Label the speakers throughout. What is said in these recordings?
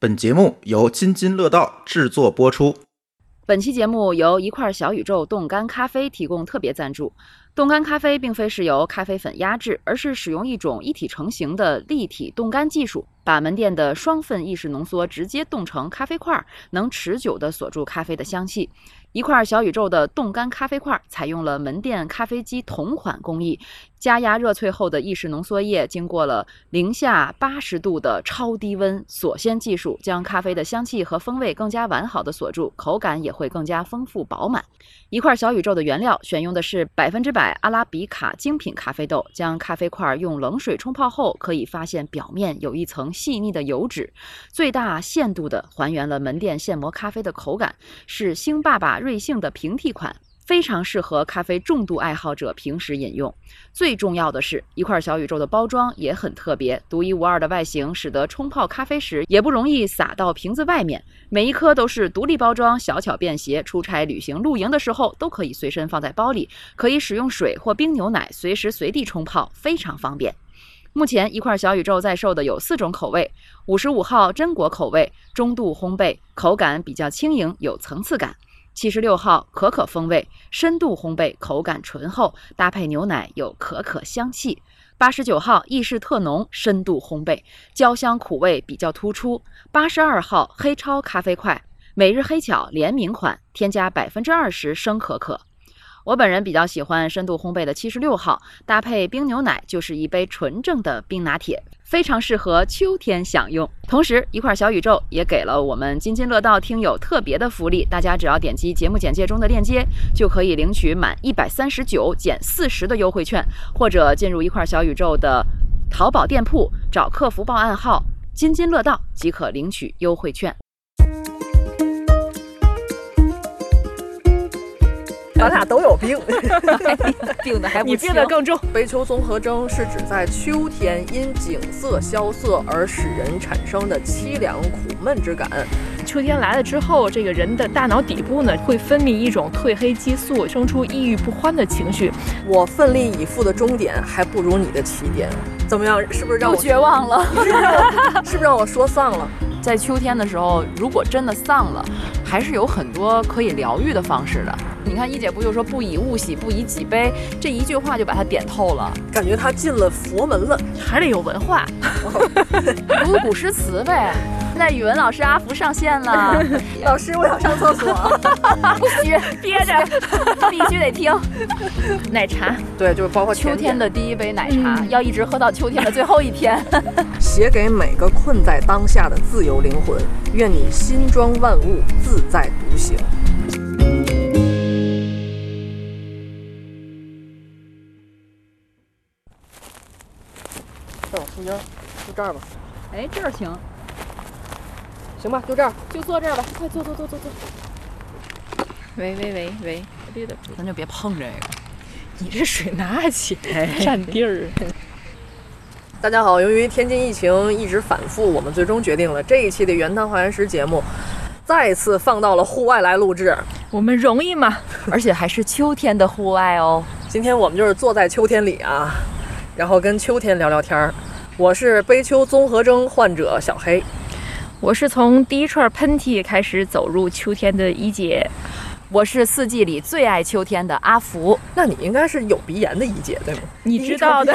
Speaker 1: 本节目由津津乐道制作播出。
Speaker 2: 本期节目由一块小宇宙冻干咖啡提供特别赞助。冻干咖啡并非是由咖啡粉压制，而是使用一种一体成型的立体冻干技术，把门店的双份意式浓缩直接冻成咖啡块，能持久地锁住咖啡的香气。一块小宇宙的冻干咖啡块采用了门店咖啡机同款工艺，加压热萃后的意式浓缩液经过了零下八十度的超低温锁鲜技术，将咖啡的香气和风味更加完好的锁住，口感也会更加丰富饱满。一块小宇宙的原料选用的是百分之百阿拉比卡精品咖啡豆，将咖啡块用冷水冲泡后，可以发现表面有一层细腻的油脂，最大限度地还原了门店现磨咖啡的口感，是星爸爸瑞幸的平替款。非常适合咖啡重度爱好者平时饮用。最重要的是，一块小宇宙的包装也很特别，独一无二的外形使得冲泡咖啡时也不容易洒到瓶子外面。每一颗都是独立包装，小巧便携，出差、旅行、露营的时候都可以随身放在包里，可以使用水或冰牛奶随时随地冲泡，非常方便。目前，一块小宇宙在售的有四种口味：五十五号榛果口味，中度烘焙，口感比较轻盈，有层次感。七十六号可可风味，深度烘焙，口感醇厚，搭配牛奶有可可香气。八十九号意式特浓，深度烘焙，焦香苦味比较突出。八十二号黑超咖啡块，每日黑巧联名款，添加百分之二十生可可。我本人比较喜欢深度烘焙的七十六号，搭配冰牛奶就是一杯纯正的冰拿铁，非常适合秋天享用。同时，一块小宇宙也给了我们津津乐道听友特别的福利，大家只要点击节目简介中的链接，就可以领取满一百三十九减四十的优惠券，或者进入一块小宇宙的淘宝店铺，找客服报暗号“津津乐道”即可领取优惠券。
Speaker 3: 咱俩都有 病。
Speaker 2: 病的还
Speaker 4: 你病得更重。
Speaker 3: 北秋综合征是指在秋天因景色萧瑟而使人产生的凄凉苦闷之感。
Speaker 4: 秋天来了之后，这个人的大脑底部呢会分泌一种褪黑激素，生出抑郁不欢的情绪。
Speaker 3: 我奋力以赴的终点还不如你的起点，怎么样？是不是让我
Speaker 5: 又绝？望了。
Speaker 3: 是不是让我是不是让我说丧了？
Speaker 5: 在秋天的时候，如果真的丧了，还是有很多可以疗愈的方式的。你看，一姐不就说“不以物喜，不以己悲”这一句话就把它点透 了。
Speaker 3: 感觉他进了佛门了。
Speaker 4: 还得有文化，
Speaker 5: 读读古诗词呗。现在语文老师阿福上线了，
Speaker 3: 老师，我想上厕所。
Speaker 5: 不许
Speaker 4: 憋着
Speaker 5: 必须得听。
Speaker 4: 奶茶。
Speaker 3: 对，就是包括
Speaker 5: 秋
Speaker 3: 甜点
Speaker 5: 天的第一杯奶茶、
Speaker 4: 嗯
Speaker 5: 要一直喝到秋天的最后一天。
Speaker 3: 写给每个困在当下的自由灵魂，愿你心装万物，自在独行。带我出家，就这儿吧，
Speaker 2: 哎，这儿行，
Speaker 3: 行吧，就这儿。
Speaker 2: 就坐这儿吧，快坐坐坐坐坐。
Speaker 4: 喂喂喂喂，绿的。
Speaker 5: 咱就别碰这个。
Speaker 4: 你这水拿起，占地儿。
Speaker 3: 大家好，由于天津疫情一直反复，我们最终决定了这一期的《原汤化原食》节目。再次放到了户外来录制，
Speaker 4: 我们容易吗？
Speaker 5: 而且还是秋天的户外哦。
Speaker 3: 今天我们就是坐在秋天里啊，然后跟秋天聊聊天儿。我是悲秋综合征患者小黑，
Speaker 4: 我是从第一串喷嚏开始走入秋天的一姐。
Speaker 5: 我是四季里最爱秋天的阿福。
Speaker 3: 那你应该是有鼻炎的一姐 对吗？
Speaker 4: 你知道的，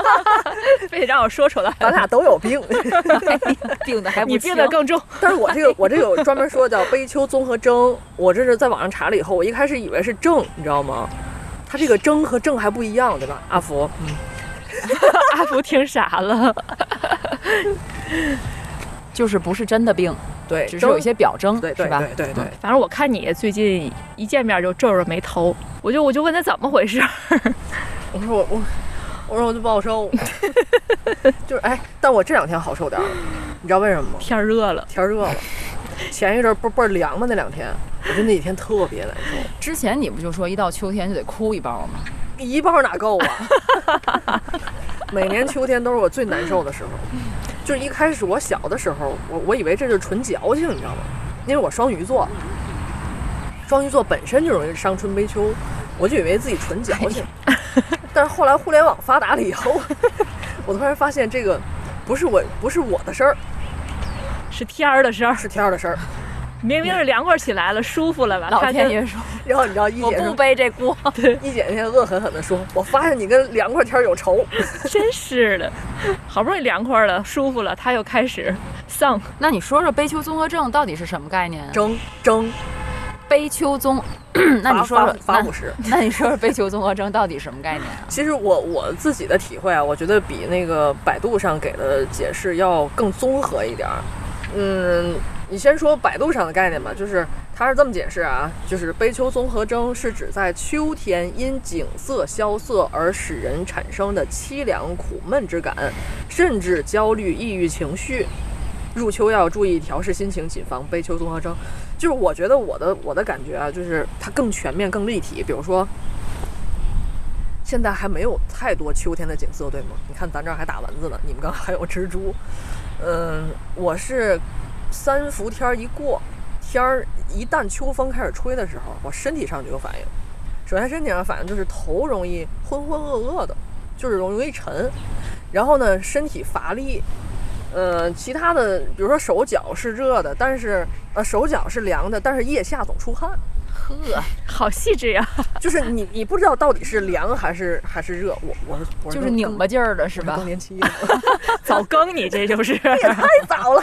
Speaker 4: 非得让我说出来。
Speaker 3: 咱俩都有病，
Speaker 5: 病的还不
Speaker 4: 你病得
Speaker 5: 轻
Speaker 4: 更重。
Speaker 3: 但是我这个我这有专门说叫悲秋综合征，我这是在网上查了以后，我一开始以为是症，你知道吗？它这个征和症还不一样，对吧？阿福，
Speaker 4: 阿福听傻了。
Speaker 5: 就是不是真的病，
Speaker 3: 对，
Speaker 5: 只是有一些表征，
Speaker 3: 对对
Speaker 5: 是吧？
Speaker 3: 对对对，
Speaker 4: 反正我看你最近一见面就皱着眉头，我就我就问他怎么回事儿。
Speaker 3: 我说我我我说我就不好受， 就是哎，但我这两天好受点儿了，你知道为什么吗？
Speaker 4: 天儿热了，
Speaker 3: 天热了，前一阵儿不是倍儿凉吗？那两天，我觉得那几天特别难受，
Speaker 5: 之前你不就说一到秋天就得哭一包吗？
Speaker 3: 一包哪够啊？ 每年秋天都是我最难受的时候，就是一开始我小的时候，我我以为这是纯矫情，你知道吗？因为我双鱼座，双鱼座本身就容易伤春悲秋，我就以为自己纯矫情。但是后来互联网发 达了以后，我突然发现这个不是我不是我的事儿，
Speaker 4: 是天儿的事儿，
Speaker 3: 是天儿的事儿。
Speaker 4: 明明是凉快起来了，舒服了吧？
Speaker 2: 老
Speaker 4: 他
Speaker 2: 天
Speaker 4: 跟
Speaker 2: 爷说
Speaker 3: 然后你知道一：“
Speaker 2: 我
Speaker 3: 姐
Speaker 2: 不
Speaker 3: 是
Speaker 2: 背这锅。
Speaker 3: 一姐那天恶狠狠地说：“我发现你跟凉快天儿有仇。
Speaker 4: 真是的，好不容易凉快了，舒服了，他又开始丧。”
Speaker 2: 那你说说悲秋综合症到底是什么概念啊？
Speaker 3: 争争，
Speaker 2: 悲秋综，那
Speaker 3: 罚
Speaker 2: 你说说，
Speaker 3: 罚罚
Speaker 2: 那
Speaker 3: 五十。
Speaker 2: 那你说说悲秋综合征到底什么概念啊？
Speaker 3: 其实我我自己的体会啊，我觉得比那个百度上给的解释要更综合一点儿。嗯，你先说百度上的概念吧，就是它是这么解释啊，就是悲秋综合征是指在秋天因景色萧瑟而使人产生的凄凉、苦闷之感，甚至焦虑、抑郁情绪。入秋要注意调试心情，谨防悲秋综合征。就是我觉得我的我的感觉啊，就是它更全面、更立体。比如说，现在还没有太多秋天的景色，对吗？你看咱这儿还打蚊子呢，你们刚才还有蜘蛛。嗯，我是三伏天儿一过，天儿一旦秋风开始吹的时候，我身体上就有反应。首先身体上反应就是头容易浑浑噩噩的，就是容易沉，然后呢身体乏力。呃，其他的，比如说手脚是热的，但是呃手脚是凉的，但是腋下总出汗，
Speaker 2: 呵，
Speaker 4: 好细致呀！
Speaker 3: 就是你你不知道到底是凉还是还是热。我我是我是
Speaker 2: 就是
Speaker 3: 更
Speaker 2: 拧巴劲儿的是
Speaker 3: 我是
Speaker 2: 吧
Speaker 3: 更？年期了。
Speaker 4: 早更，你这就 是
Speaker 3: 太早了，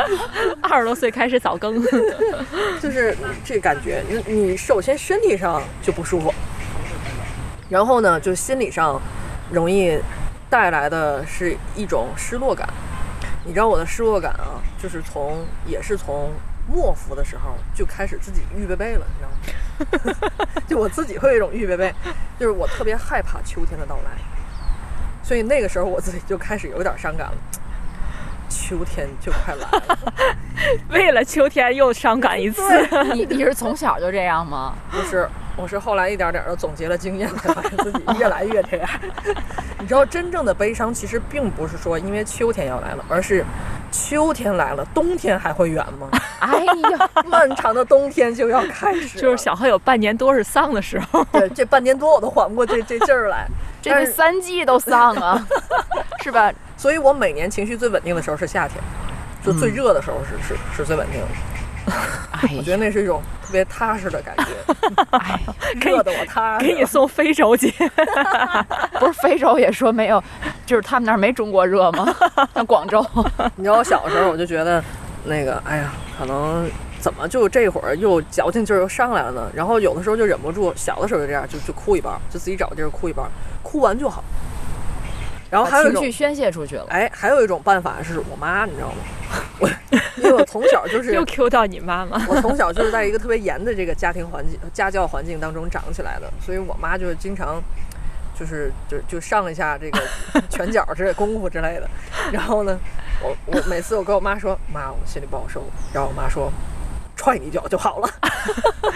Speaker 4: 二十多岁开始早 更。
Speaker 3: 就是这感觉，你你首先身体上就不舒服，然后呢，就心理上容易带来的是一种失落感。你知道我的失落感啊，就是从也是从默服的时候就开始自己预备备了，你知道吗？ 就我自己会有一种预备备，就是我特别害怕秋天的到来，所以那个时候我自己就开始有点伤感了。秋天就快来了，
Speaker 4: 为了秋天又伤感一次，
Speaker 2: 你你是从小就这样吗？
Speaker 3: 不是，我是后来一点点的总结了经验，才发现自己越来越这样。 你知道，真正的悲伤其实并不是说因为秋天要来了，而是秋天来了，冬天还会远吗？
Speaker 2: 哎呀，
Speaker 3: 漫长的冬天就要开始了，
Speaker 4: 就是小黑有半年多是丧的时候，
Speaker 3: 对这半年多我都缓不过这这劲儿来。
Speaker 2: 这
Speaker 3: 但
Speaker 2: 个
Speaker 3: 是
Speaker 2: 三季都丧啊，是吧？
Speaker 3: 所以我每年情绪最稳定的时候是夏天，就最
Speaker 2: 嗯
Speaker 3: 热的时候是、是是最稳定的。
Speaker 2: 哎
Speaker 3: 我
Speaker 2: 呀
Speaker 3: 觉得那是一种特别踏实的感觉，
Speaker 2: 哎呀，
Speaker 4: 给你
Speaker 3: 热的我踏实
Speaker 4: 给你
Speaker 3: 了。
Speaker 4: 送非洲去。
Speaker 2: 不是非洲也说没有，就是他们那儿没中国热吗？像广州，
Speaker 3: 你知道我小时候我就觉得，那个哎呀，可能怎么就这会儿又矫情劲儿又上来了呢？然后有的时候就忍不住，小的时候就这样，就就哭一包，就自己找地儿哭一包，哭完就好。然后还有一
Speaker 2: 情
Speaker 3: 种
Speaker 2: 绪宣泄出去了。
Speaker 3: 哎，还有一种办法是我妈，你知道吗？ 我因为我从小就是
Speaker 4: 又 Q 到你妈妈，
Speaker 3: 我从小就是在一个特别严的这个家庭环境、家教环境当中长起来的，所以我妈就是经常。就是就就上一下这个拳脚之类功夫之类的，然后呢，我我每次我跟我妈说，妈，我心里不好受，然后我妈说，踹你一脚就好了。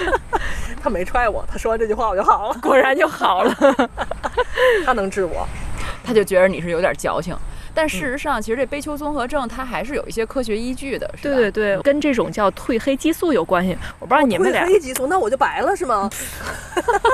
Speaker 3: 她没踹我，她说完这句话我就好了，
Speaker 4: 果然就好了。
Speaker 3: 她能治我。
Speaker 2: 他就觉得你是有点矫情。
Speaker 4: 嗯
Speaker 2: 但事实上，其实这悲秋综合症它还是有一些科学依据的，是吧？
Speaker 4: 对 对对，哦跟这种叫褪黑激素有关系。我不知道你们
Speaker 3: 褪
Speaker 4: 俩，
Speaker 3: 黑激素，那我就白了是吗？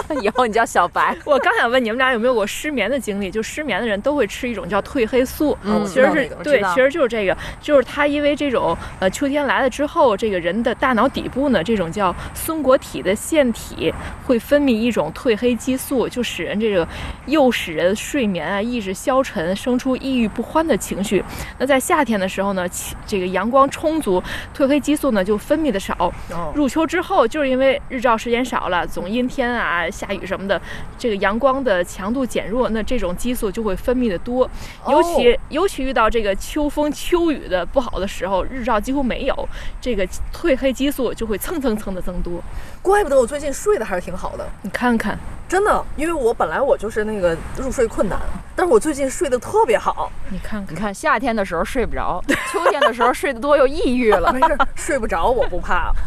Speaker 2: 对，以后你叫小白，
Speaker 4: 我刚想问你们俩有没有过失眠的经历？就失眠的人都会吃一种叫褪黑素，
Speaker 2: 嗯
Speaker 3: 啊我
Speaker 4: 其
Speaker 3: 知
Speaker 4: 实
Speaker 3: 道
Speaker 4: 是
Speaker 3: 那个
Speaker 4: 对
Speaker 2: 知，道
Speaker 4: 其实就是这个，就是它因为这种呃秋天来了之后，这个人的大脑底部呢，这种叫松果体的腺体会分泌一种褪黑激素，就使人这个又使人睡眠啊、意志消沉，生出抑郁不欢的情绪。那在夏天的时候呢，其这个阳光充足，褪黑激素呢就分泌的少。
Speaker 3: 哦
Speaker 4: 入秋之后，就是因为日照时间少了，总阴天啊、下雨什么的，这个阳光的强度减弱，那这种激素就会分泌的多。尤其、尤其遇到这个秋风秋雨的不好的时候，日照几乎没有，这个褪黑激素就会蹭蹭蹭的增多。
Speaker 3: 怪不得我最近睡得还是挺好的。
Speaker 4: 你看看，
Speaker 3: 真的，因为我本来我就是那个入睡困难，但是我最近睡得特 别好，
Speaker 4: 你看看
Speaker 2: 你，看夏天的时候睡不 着，秋天的时候睡得多又抑郁了。
Speaker 3: 没事儿，睡不着我不怕。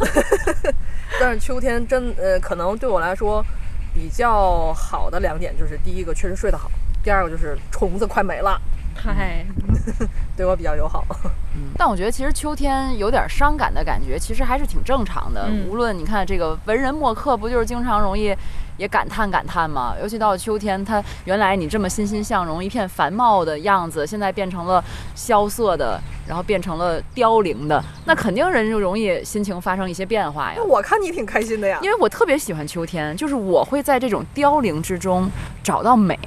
Speaker 3: 但是秋天真呃，可能对我来说比较好的两点就是，第一个确实睡得好，第二个就是虫子快没了。
Speaker 4: 嗨，
Speaker 3: 对我比较友好。
Speaker 4: 嗯
Speaker 2: 但我觉得其实秋天有点伤感的感觉，其实还是挺正常的。
Speaker 4: 嗯
Speaker 2: 无论你看这个文人墨客，不就是经常容易也感叹感叹吗？尤其到了秋天，它原来你这么欣欣向荣、一片繁茂的样子，现在变成了萧瑟的，然后变成了凋零的，那肯定人就容易心情发生一些变化呀
Speaker 3: 那。哎我看你挺开心的呀，
Speaker 2: 因为我特别喜欢秋天，就是我会在这种凋零之中找到美，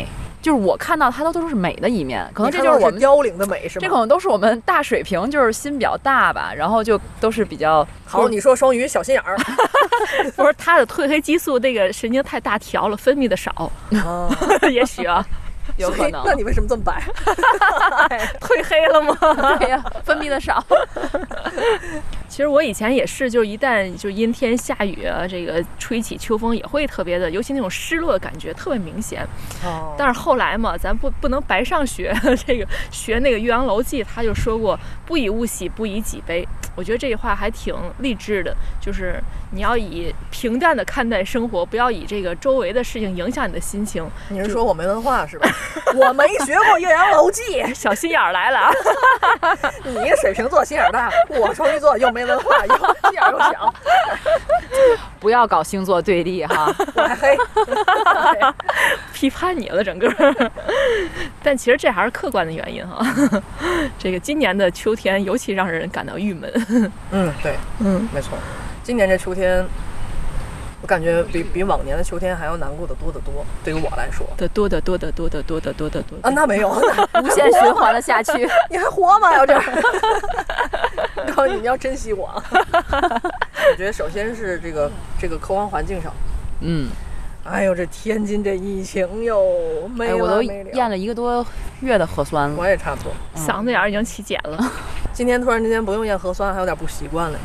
Speaker 2: 就是我看到它都都是美的一面，可能
Speaker 3: 你
Speaker 2: 这
Speaker 3: 看
Speaker 2: 就
Speaker 3: 到
Speaker 2: 是
Speaker 3: 是
Speaker 2: 我们
Speaker 3: 凋零的美是吗？
Speaker 2: 这可能都是我们大水平，就是心比较大吧，然后就都是比较
Speaker 3: 好，你说双鱼小心 眼儿。
Speaker 4: 不是他的褪黑激素那个神经太大条了，分泌的少，
Speaker 3: 啊
Speaker 4: 也许啊，
Speaker 2: 有可能
Speaker 3: 所以那你为什么这么白？
Speaker 4: 褪黑了吗？
Speaker 2: 对呀，分泌的少。
Speaker 4: 其实我以前也是，就是一旦就阴天下雨啊，这个吹起秋风也会特别的，尤其那种失落的感觉特别明显。
Speaker 3: 哦
Speaker 4: 但是后来嘛，咱不不能白上学，这个学那个《岳阳楼记》，他就说过“不以物喜，不以己悲”。 我觉得这句话还挺励志的，就是你要以平淡的看待生活，不要以这个周围的事情影响你的心情。
Speaker 3: 你是说我没文化是吧？我没学过《岳阳楼记》，
Speaker 4: 小心眼儿来了啊！
Speaker 3: 你水瓶座心眼儿大，我双鱼座又没文化，又心眼儿又小，
Speaker 2: 不要搞星座对立哈，
Speaker 3: 我还黑。
Speaker 4: 批判你了整个。 但其实这还是客观的原因哈。 这个今年的秋天尤其让人感到郁闷。
Speaker 3: 嗯，对，
Speaker 4: 嗯，
Speaker 3: 没错。今年这秋天，我感觉比比往年的秋天还要难过的多得多。对于我来说，
Speaker 4: 得多得多得多得多得多得多
Speaker 3: 啊，那没有，
Speaker 2: 无限循环了下 去。
Speaker 3: 你还活吗？要这样，告 诉你们要珍惜我。 我觉得首先是这个这个客观环境上，
Speaker 2: 嗯，
Speaker 3: 哎呦，这天津这疫情哟，没
Speaker 2: 哎，我
Speaker 3: 完
Speaker 2: 都
Speaker 3: 没了。
Speaker 2: 验了一个多月的核酸了。
Speaker 3: 我也差不多。
Speaker 4: 嗓子眼儿已经起茧了。
Speaker 3: 今天突然之间不用验核酸，还有点不习惯嘞。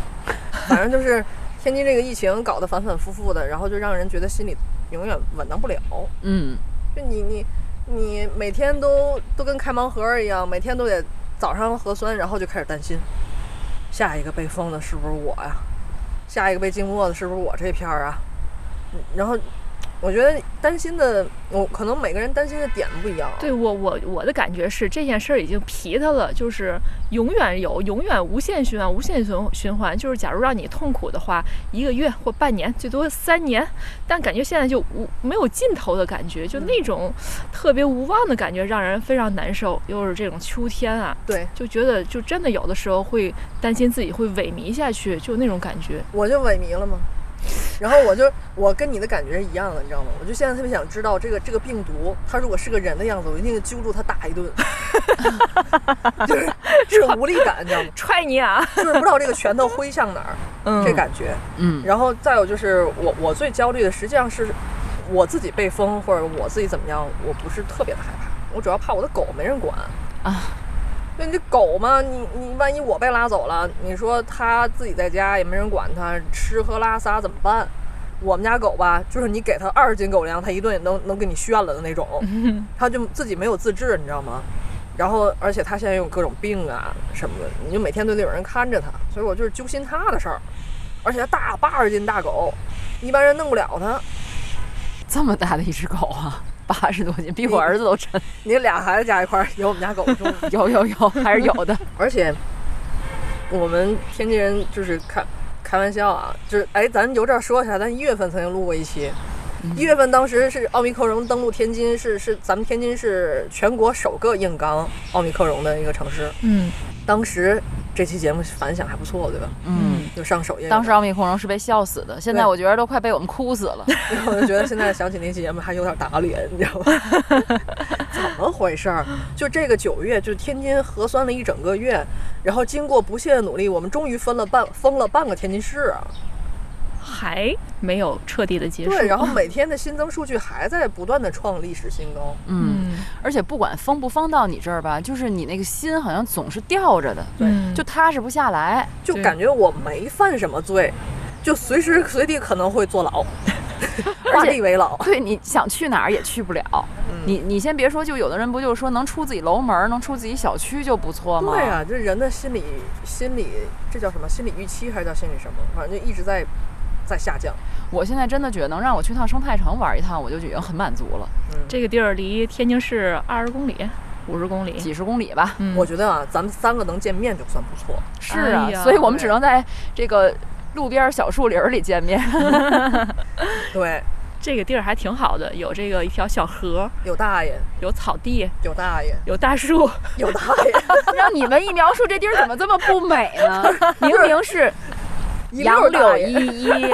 Speaker 3: 反正就是天津这个疫情搞得反反复复的，然后就让人觉得心里永远稳当不了。
Speaker 2: 嗯，
Speaker 3: 就你你你每天都都跟开盲盒儿一样，每天都得早上核酸，然后就开始担心，下一个被封的是不是我呀、下一个被静默的是不是我这片儿啊？嗯然后我觉得担心的，我可能每个人担心的点不一样啊。
Speaker 4: 对我我我的感觉是这件事儿已经皮他了，就是永远有，永远无限循环，无限循循环。就是假如让你痛苦的话，一个月或半年，最多三年，但感觉现在就无没有尽头的感觉，就
Speaker 3: 嗯
Speaker 4: 那种特别无望的感觉，让人非常难受。又是这种秋天啊，
Speaker 3: 对，
Speaker 4: 就觉得就真的有的时候会担心自己会萎靡下去，就那种感觉。
Speaker 3: 我就萎靡了吗？然后我就我跟你的感觉是一样的，你知道吗？我就现在特别想知道这个这个病毒，它如果是个人的样子，我一定揪住它打一顿，就是这种无力感，你知道吗？
Speaker 4: 踹你啊！
Speaker 3: 就是不知道这个拳头挥向哪儿，
Speaker 4: 嗯，
Speaker 3: 这感觉。
Speaker 2: 嗯
Speaker 3: 然后再有就是我我最焦虑的实际上是我自己被封或者我自己怎么样，我不是特别的害怕，我主要怕我的狗没人管
Speaker 2: 啊。
Speaker 3: 那你这狗嘛，你你万一我被拉走了，你说它自己在家也没人管它，吃喝拉撒怎么办？我们家狗吧，就是你给它二十斤狗粮，它一顿也能能给你炫了的那 种，它就自己没有自制，你知道吗？然后，而且它现在有各种病啊什么的，你就每天都得有人看着它，所以我就是揪心它的事儿。而且它大八十斤大狗，一般人弄不了它。
Speaker 2: 这么大的一只狗啊，八十多斤，比我儿子都沉。
Speaker 3: 你俩孩子加一块儿有我们家狗重。
Speaker 2: 有有有，还是有 的。
Speaker 3: 而且我们天津人就是开开玩笑啊，就是哎，咱由这儿说一下，咱一月份曾经录过一期。一月份当时是奥密克戎登陆天津，是是咱们天津是全国首个硬刚奥密克戎的一个城市。
Speaker 4: 嗯，
Speaker 3: 当时这期节目反响还不错，对吧？
Speaker 2: 嗯，
Speaker 3: 就上首页。
Speaker 2: 当时奥密克戎是被笑死的，现在
Speaker 3: 对
Speaker 2: 我觉得都快被我们哭死 了。嗯
Speaker 3: 然后我就觉得现在想起那期节目还有点打脸，你知道吗？怎么回事儿？就这个九月，就天津核酸了一整个月，然后经过不懈的努力，我们终于分了半封了半个天津市啊！
Speaker 4: 还没有彻底的结束。
Speaker 3: 对，然后每天的新增数据还在不断的创历史新高。
Speaker 2: 嗯，
Speaker 4: 嗯，
Speaker 2: 而且不管封不封到你这儿吧，就是你那个心好像总是吊着的，
Speaker 4: 对
Speaker 2: 就踏实不下来。
Speaker 3: 就
Speaker 4: 对
Speaker 3: 感觉我没犯什么罪，就随时随地可能会坐牢，
Speaker 2: 而
Speaker 3: 画
Speaker 2: 且
Speaker 3: 地为牢。
Speaker 2: 对，你想去哪儿也去不了。你你先别说，就有的人不就说能出自己楼门儿，能出自己小区就不错吗？
Speaker 3: 对啊，这人的心理心理这叫什么？心理预期还是叫心理什么？反正就一直在在下降。
Speaker 2: 我现在真的觉得能让我去趟生态城玩一趟，我就已经很满足了。
Speaker 3: 嗯，
Speaker 4: 这个地儿离天津市二十公里，五十公里。
Speaker 2: 几十公里吧。
Speaker 4: 嗯，
Speaker 3: 我觉得啊，咱们三个能见面就算不错。
Speaker 2: 是啊
Speaker 4: 哎，呀
Speaker 2: 所以我们
Speaker 3: 对
Speaker 2: 只能在这个路边小树林儿里见面。
Speaker 3: 对，
Speaker 4: 这个地儿还挺好的，有这个一条小河，
Speaker 3: 有大爷，
Speaker 4: 有草地，
Speaker 3: 有大 爷，
Speaker 4: 有大树。
Speaker 3: 有大爷，
Speaker 2: 让你们一描述这地儿怎么这么不美呢？ 明明是
Speaker 3: 一
Speaker 2: 杨
Speaker 3: 溜
Speaker 2: 柳
Speaker 3: 大爷，
Speaker 2: 依依，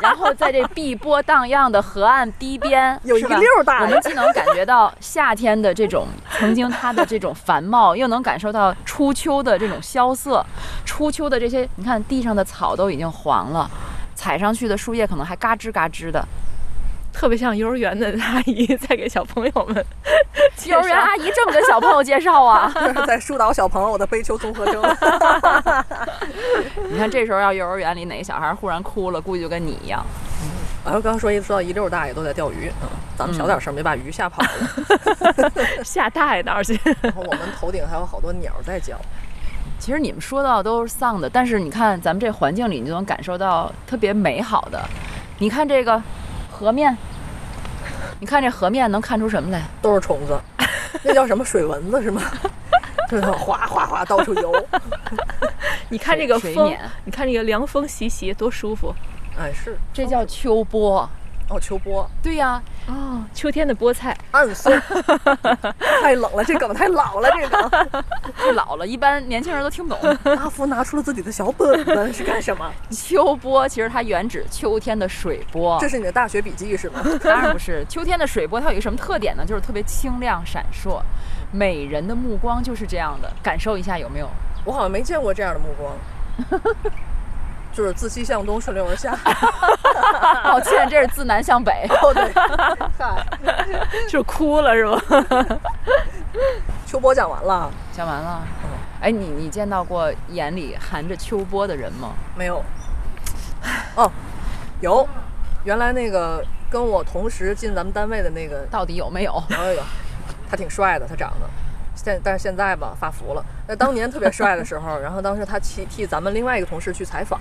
Speaker 2: 然后在这碧波荡漾的河岸堤边，
Speaker 3: 有一
Speaker 2: 是吧
Speaker 3: 溜
Speaker 2: 我
Speaker 3: 大爷
Speaker 2: 们，既能感觉到夏天的这种曾经它的这种繁茂，又能感受到初秋的这种萧瑟。初秋的这些，你看地上的草都已经黄了，踩上去的树叶可能还嘎吱嘎吱的。
Speaker 4: 特别像幼儿园的阿姨在给小朋友们介
Speaker 2: 幼
Speaker 4: 绍
Speaker 2: 儿园 阿姨这么跟小朋友介绍啊？
Speaker 3: 在疏导小朋友的悲秋综合 征。
Speaker 2: 你看这时候要幼儿园里哪个小孩忽然哭了，估计就跟你一样。
Speaker 3: 然后哎刚刚说一说到一溜大爷都在钓鱼，嗯，咱们小点声，别把鱼吓跑了。
Speaker 4: 吓大爷的，而且
Speaker 3: 然嗯后我们头顶还有好多鸟在叫，
Speaker 2: 其实你们说到都是丧的，但是你看咱们这环境里，你就能感受到特别美好的。你看这个河面，你看这河面能看出什么来？
Speaker 3: 都是虫 子，那叫什么水蚊子是 吗？就是哗哗哗到处 游，
Speaker 4: 你看这个
Speaker 2: 水
Speaker 4: 风
Speaker 2: 面，
Speaker 4: 你看这个凉风习习，多舒服
Speaker 3: 哎是
Speaker 2: 这叫秋波。
Speaker 3: 哦秋波
Speaker 2: 对呀、
Speaker 4: 哦！秋天的菠菜，
Speaker 3: 暗 松，太冷了，这梗太老了，这 梗。
Speaker 2: 太老了，一般年轻人都听不懂。
Speaker 3: 阿福拿出了自己的小本本是干什么？
Speaker 2: 秋波其实它原指秋天的水波
Speaker 3: 这，是你的大学笔记是吗？
Speaker 2: 当然不是。秋天的水波它有一个什么特点呢？就是特别清亮闪烁，美人的目光就是这样的，感受一下有没有？
Speaker 3: 我好像没见过这样的目光，就是自西向东顺流而下。
Speaker 2: 抱歉，这是自南向北。
Speaker 3: 哦对，嗨，
Speaker 4: 就是哭了是吧？
Speaker 3: 秋波讲完了
Speaker 2: 讲完了。哎，你你见到过眼里含着秋波的人吗？
Speaker 3: 没有？哦，有，原来那个跟我同时进咱们单位的那个
Speaker 2: 到底有没有？
Speaker 3: 哎呦，他挺帅的，他长得。现但是现在吧，发福了。那当年特别帅的时候，然后当时他替替咱们另外一个同事去采访，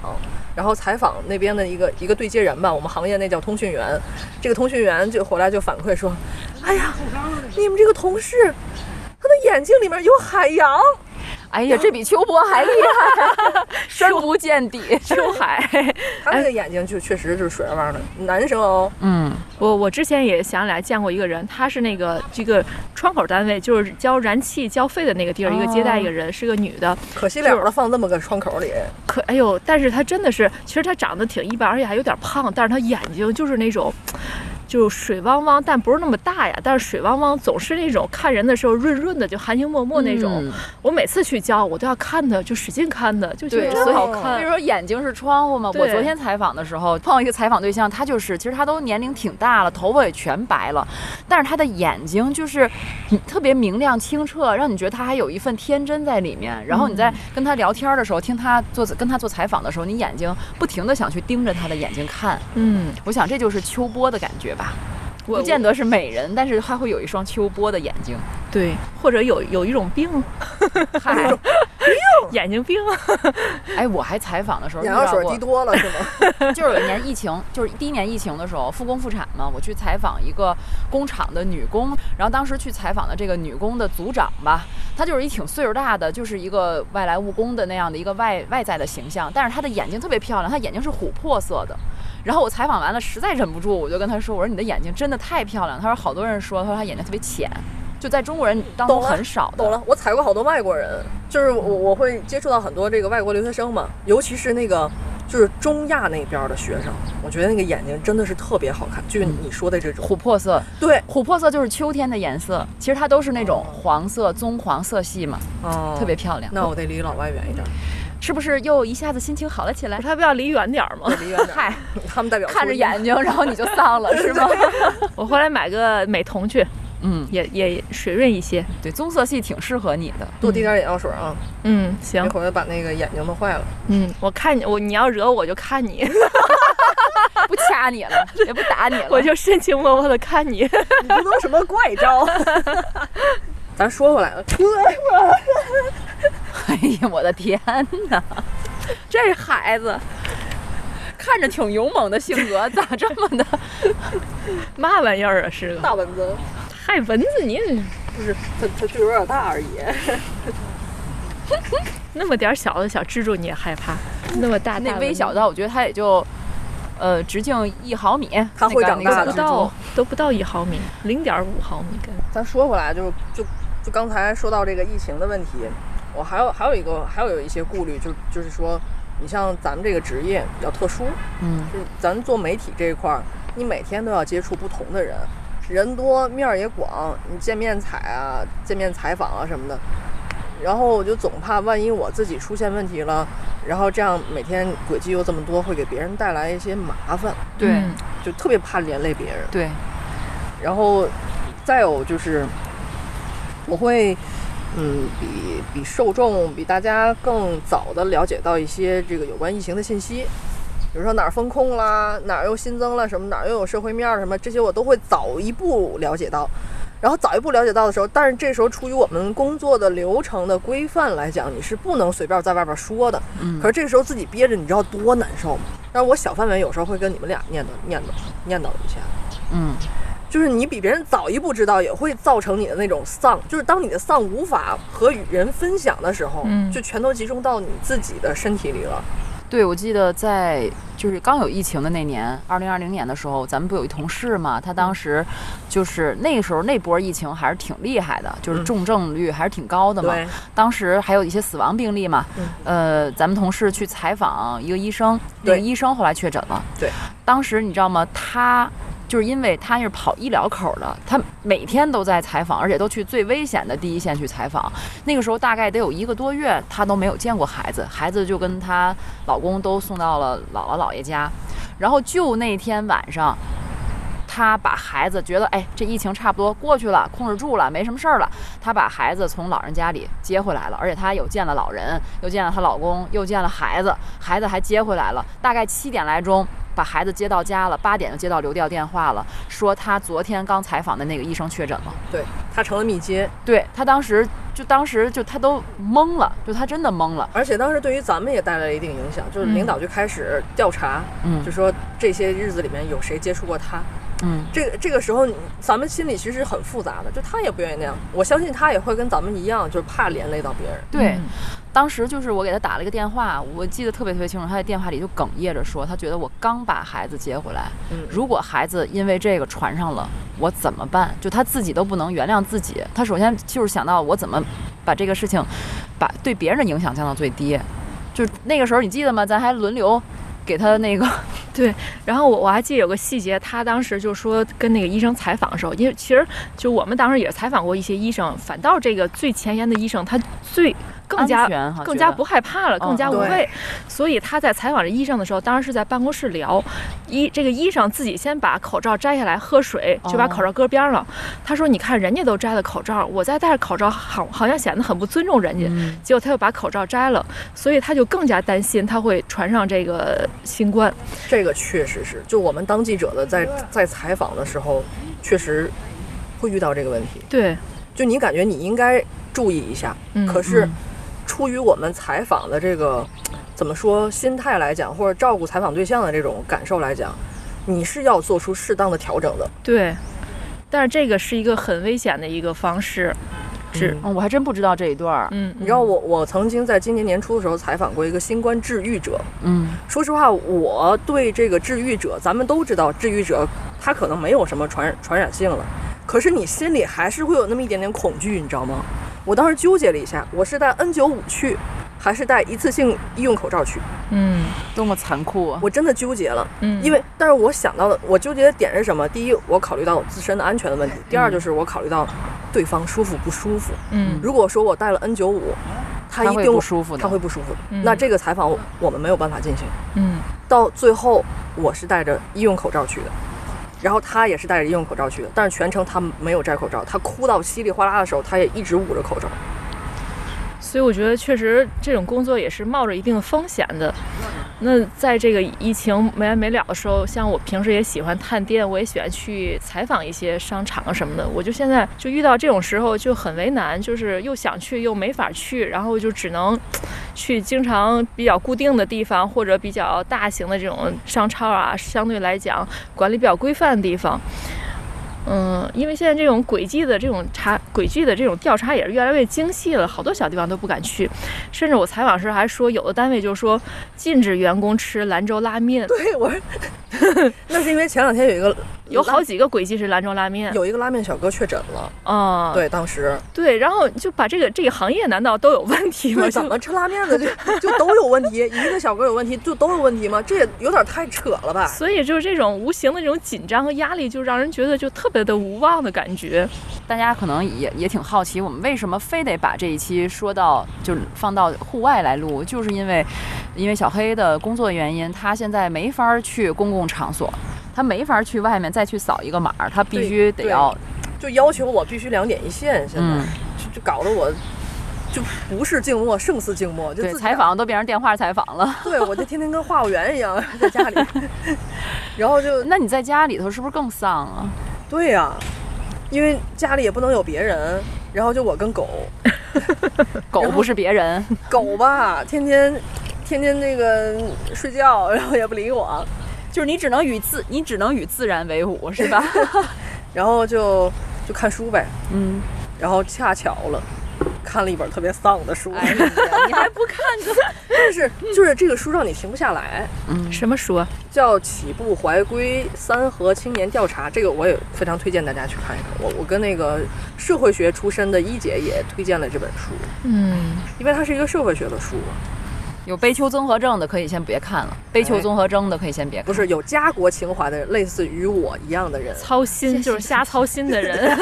Speaker 3: 然后采访那边的一个一个对接人吧，我们行业那叫通讯员。这个通讯员就回来就反馈说：“哎呀，你们这个同事，他的眼睛里面有海洋。
Speaker 2: 哎呀，这比秋波还厉 害，深不见 底。
Speaker 4: 秋海，
Speaker 2: 哎
Speaker 3: 他那个眼睛就确实就是水汪汪的，男生哦，
Speaker 2: 嗯，
Speaker 4: 我我之前也想起来见过一个人，他是那个这个窗口单位，就是交燃气交费的那个地儿，一个接待一个人，是个女的，
Speaker 3: 可惜了了，放这么个窗口里，
Speaker 4: 可哎呦，但是她真的是，其实她长得挺一般，而且还有点胖，但是她眼睛就是那种，就是水汪汪，但不是那么大呀，但是水汪汪总是那种看人的时候润润的，就含情脉脉那种。
Speaker 2: 嗯
Speaker 4: 我每次去教，我都要看她，就使劲看她，就觉
Speaker 2: 对
Speaker 4: 得真
Speaker 2: 所以
Speaker 4: 好
Speaker 2: 所以
Speaker 4: 看。
Speaker 2: 说眼睛是窗户嘛。
Speaker 4: 对
Speaker 2: 我昨天采访的时候碰到一个采访对象，他就是，其实他都年龄挺大了，头发也全白了，但是他的眼睛就是嗯特别明亮清澈，让你觉得他还有一份天真在里面。然后你在跟他聊天的时候，听他做跟他做采访的时候，你眼睛不停的想去盯着他的眼睛看。
Speaker 4: 嗯，
Speaker 2: 我想这就是秋波的感觉吧，
Speaker 4: 我
Speaker 2: 不见得是美人，但是她会有一双秋波的眼睛。
Speaker 4: 对，或者有有一种病，
Speaker 2: 嗨，
Speaker 4: 眼睛病。
Speaker 2: 哎，我还采访的时候遇
Speaker 3: 眼药
Speaker 2: 到
Speaker 3: 水
Speaker 2: 过
Speaker 3: 滴，多了是吗？
Speaker 2: 就是有一年疫情，就是第一年疫情的时候，复工复产嘛，我去采访一个工厂的女工，然后当时去采访的这个女工的组长吧，她就是一挺岁数大的，就是一个外来务工的那样的一个外外在的形象，但是她的眼睛特别漂亮，她眼睛是琥珀色的。然后我采访完了，实在忍不住，我就跟她说：“我说你的眼睛真的太漂亮。”她说：“好多人说，她说她眼睛特别浅，就在中国人当中
Speaker 3: 懂了
Speaker 2: 很少的
Speaker 3: 懂。了，我采过好多外国人，就是我我会接触到很多这个外国留学生嘛，尤其是那个就是中亚那边的学生，我觉得那个眼睛真的是特别好看，就是你说的这种，
Speaker 2: 琥珀色，
Speaker 3: 对，
Speaker 2: 琥珀色就是秋天的颜色，其实它都是那种黄色、棕黄色系嘛，
Speaker 3: 哦
Speaker 2: 特别。漂亮。
Speaker 3: 那我得离老外远一点，
Speaker 2: 是不是又一下子心情好了起来？
Speaker 4: 她不要离远点儿吗？
Speaker 3: 离远点。
Speaker 2: 嗨，
Speaker 3: 他们代表
Speaker 2: 看着
Speaker 3: 初一，
Speaker 2: 眼睛，然后你就丧 了，是吗？
Speaker 4: 我回来买个美瞳去，
Speaker 2: 嗯，
Speaker 4: 也也水润一些。
Speaker 2: 对，棕色系挺适合你的。
Speaker 3: 多滴点眼药水啊，
Speaker 4: 嗯，
Speaker 3: 别
Speaker 4: 行，
Speaker 3: 回头把那个眼睛弄坏了。
Speaker 4: 嗯，我看你，我你要惹我就看你，
Speaker 2: 不掐你了，也不打你了。
Speaker 4: 我就深情默默的看你。
Speaker 3: 你这都什么怪招？ 咱说回来了，
Speaker 2: 哎呀，我的天哪，
Speaker 4: 这孩子，
Speaker 2: 看着挺勇猛的性格，咋 这么的？
Speaker 4: 嘛玩意儿啊？是个
Speaker 3: 大蚊子，
Speaker 4: 嗨蚊子，你
Speaker 3: 就是它它岁数有点大而已。
Speaker 4: 那么点儿小的小蜘蛛你也害怕，那么大
Speaker 2: 那
Speaker 4: 大
Speaker 2: 微
Speaker 4: 的
Speaker 2: 小到我觉得它也就，呃，直径一毫米，
Speaker 3: 它会
Speaker 2: 那个
Speaker 3: 长
Speaker 2: 那个小
Speaker 3: 大的
Speaker 4: 都不
Speaker 2: 蜘蛛
Speaker 4: 到都不到一毫米，零点五毫米根。
Speaker 3: 咱说回来，就是就就刚才说到这个疫情的问题，我还有还有一个还有一些顾虑，就就是说，你像咱们这个职业比较特殊，
Speaker 2: 嗯，
Speaker 3: 就是咱做媒体这一块儿，你每天都要接触不同的人，人多面儿也广，你见面采啊、见面采访啊什么的。然后我就总怕万一我自己出现问题了，然后这样每天轨迹又这么多，会给别人带来一些麻烦，
Speaker 2: 对
Speaker 4: 嗯
Speaker 3: 就特别怕连累别人。
Speaker 2: 对，
Speaker 3: 然后再有就是，我会嗯，比比受众比大家更早的了解到一些这个有关疫情的信息，比如说哪儿封控啦，哪儿又新增了什么，哪儿又有社会面儿什么，这些我都会早一步了解到。然后早一步了解到的时候，但是这时候出于我们工作的流程的规范来讲，你是不能随便在外边说的。
Speaker 2: 嗯
Speaker 3: 可是这时候自己憋着，你知道多难受吗？但是我小范围有时候会跟你们俩念叨念叨念叨一下。
Speaker 2: 嗯，
Speaker 3: 就是你比别人早一步知道，也会造成你的那种丧。就是当你的丧无法和与人分享的时候，
Speaker 4: 嗯
Speaker 3: 就全都集中到你自己的身体里了。
Speaker 2: 对，我记得在就是刚有疫情的那年，二零二零年的时候，咱们不有一同事嘛，他
Speaker 3: 嗯
Speaker 2: 当时就是那个时候那波疫情还是挺厉害的，就是
Speaker 3: 嗯
Speaker 2: 重症率还是挺高的嘛。
Speaker 3: 对，
Speaker 2: 当时还有一些死亡病例嘛，
Speaker 3: 嗯
Speaker 2: 呃，咱们同事去采访一个医生，那
Speaker 3: 对
Speaker 2: 个医生后来确诊了。
Speaker 3: 对，
Speaker 2: 当时你知道吗？他就是因为他是跑医疗口的，他每天都在采访，而且都去最危险的第一线去采访。那个时候大概得有一个多月，她都没有见过孩子，孩子就跟她老公都送到了姥姥姥爷家，然后就那天晚上。她把孩子觉得，哎，这疫情差不多过去了，控制住了，没什么事儿了。她把孩子从老人家里接回来了，而且她有见了老人，又见了她老公，又见了孩子，孩子还接回来了。大概七点来钟把孩子接到家了，八点就接到留调电话了，说她昨天刚采访的那个医生确诊了。
Speaker 3: 对，他成了密接，
Speaker 2: 对她当时就当时就她都懵了，就她真的懵了。
Speaker 3: 而且当时对于咱们也带来了一定影响，就是
Speaker 2: 嗯
Speaker 3: 领导就开始调查，
Speaker 2: 嗯
Speaker 3: 就说这些日子里面有谁接触过他。
Speaker 2: 嗯，
Speaker 3: 这个这个时候你，咱们心里其实很复杂的，就他也不愿意那样，我相信他也会跟咱们一样，就是怕连累到别人。
Speaker 2: 对。
Speaker 4: 嗯
Speaker 2: 当时就是我给他打了一个电话，我记得特别特别清楚，他在电话里就哽咽着说，他觉得我刚把孩子接回来，
Speaker 3: 嗯
Speaker 2: 如果孩子因为这个传上了，我怎么办？就他自己都不能原谅自己，他首先就是想到我怎么把这个事情，把对别人的影响降到最低。就那个时候你记得吗？咱还轮流给他那个，
Speaker 4: 然后我我还记得有个细节，他当时就说跟那个医生采访的时候，因为其实就我们当时也采访过一些医生，反倒这个最前沿的医生他最更加
Speaker 2: 安全
Speaker 3: 啊
Speaker 2: 哈
Speaker 4: 更
Speaker 2: 觉
Speaker 4: 加
Speaker 2: 得
Speaker 4: 不害怕了，
Speaker 2: 嗯
Speaker 4: 更加无
Speaker 3: 哦对
Speaker 4: 畏。所以他在采访这医生的时候，当时是在办公室聊，医这个医生自己先把口罩摘下来喝水，就把
Speaker 2: 哦
Speaker 4: 口罩搁边儿了。他说：“你看人家都摘了口罩，我再戴着口罩，好好像显得很不尊重人家。
Speaker 2: 嗯
Speaker 4: 结果他又把口罩摘了，所以他就更加担心他会传上这个新冠。
Speaker 3: 这个确实是，就我们当记者的在在采访的时候，确实会遇到这个问题。
Speaker 4: 对，
Speaker 3: 就你感觉你应该注意一下，
Speaker 4: 嗯，
Speaker 3: 可是
Speaker 2: 嗯
Speaker 3: 出于我们采访的这个怎么说心态来讲，或者照顾采访对象的这种感受来讲，你是要做出适当的调整的。
Speaker 4: 对，但是这个是一个很危险的一个方式，是，
Speaker 2: 嗯，我还真不知道这一段儿，
Speaker 4: 嗯，
Speaker 3: 你知道我我曾经在今年年初的时候采访过一个新冠治愈者，
Speaker 2: 嗯
Speaker 3: 说实话，我对这个治愈者，咱们都知道，治愈者他可能没有什么传传染性了，可是你心里还是会有那么一点点恐惧，你知道吗？我当时纠结了一下，我是戴 N95 去，还是戴一次性医用口罩去？
Speaker 4: 嗯
Speaker 2: 多么残酷啊！
Speaker 3: 我真的纠结了，
Speaker 4: 嗯，
Speaker 3: 因为但是我想到的，我纠结的点是什么？第一，我考虑到我自身的安全的问
Speaker 2: 嗯
Speaker 3: 题；第二，就是我考虑到对方舒服不舒服。
Speaker 4: 嗯
Speaker 3: 如果说我戴了 N95，他一
Speaker 2: 会
Speaker 3: 定
Speaker 2: 不舒服的，
Speaker 3: 他会不舒服，
Speaker 4: 嗯
Speaker 3: 那这个采访我我们没有办法进行。
Speaker 4: 嗯
Speaker 3: 到最后我是戴着医用口罩去的，然后他也是戴着医用口罩去的，但是全程他没有摘口罩，他哭到稀里哗啦的时候，他也一直捂着口罩。
Speaker 4: 所以我觉得确实这种工作也是冒着一定风险的。那在这个疫情没完没了的时候，像我平时也喜欢探店，我也喜欢去采访一些商场啊什么的。我就现在就遇到这种时候就很为难，就是又想去又没法去，然后就只能去经常比较固定的地方或者比较大型的这种商超啊，相对来讲管理比较规范的地方。嗯，因为现在这种轨迹的这种查轨迹的这种调查也是越来越精细了，好多小地方都不敢去，甚至我采访时还说，有的单位就说禁止员工吃兰州拉 面，
Speaker 3: 对，我 那是因为前两天有一个
Speaker 4: 有好几个轨迹是兰州拉面，
Speaker 3: 有一个拉面小哥确诊了，啊
Speaker 4: 嗯，
Speaker 3: 对，当时
Speaker 4: 对，然后就把这个这个行业难道都有问题吗？
Speaker 3: 对
Speaker 4: 就
Speaker 3: 怎么吃拉面的就 就都有问题，一个小哥有问题就都有问题吗？这也有点太扯了吧？
Speaker 4: 所以就是这种无形的这种紧张和压力，就让人觉得就特别的无望的感觉。
Speaker 2: 大家可能也也挺好奇，我们为什么非得把这一期说到就是放到户外来录，就是因为因为小黑的工作原因，他现在没法儿去公共场所，他没法儿去外面再去扫一个码儿，他必
Speaker 3: 对
Speaker 2: 须得
Speaker 3: 对
Speaker 2: 要
Speaker 3: 就要求我必须两点一线，现在、
Speaker 2: 嗯，
Speaker 3: 就就搞得我就不是静默胜似静默，就
Speaker 2: 对
Speaker 3: 自己
Speaker 2: 采访都变成电话采访了。
Speaker 3: 对我就天天跟话务员一样在家里， 然后就
Speaker 2: 那你在家里头是不是更丧啊？
Speaker 3: 对呀、因为家里也不能有别人，然后就我跟狗，
Speaker 2: 狗不是别 人，
Speaker 3: 狗吧，天天天天那个睡觉，然后也不理我，
Speaker 2: 就是你只能与自你只能与自然为伍，是吧？
Speaker 3: 然后就就看书呗，
Speaker 2: 嗯，
Speaker 3: 然后恰巧了。看了一本特别丧的书，
Speaker 2: 哎呀，你还不看就
Speaker 3: 但是就是这个书让你停不下来，
Speaker 4: 什么书啊？
Speaker 3: 叫《起步怀归三和青年调查》，这个我也非常推荐大家去看一看。我我跟那个社会学出身的一姐也推荐了这本书，
Speaker 4: 嗯，
Speaker 3: 因为它是一个社会学的书，
Speaker 2: 有悲秋综合症的可以先别看了，悲秋综合征的可以先别看。
Speaker 3: 不是有家国情怀的，类似于我一样的人。
Speaker 4: 操心就是瞎操心 的人。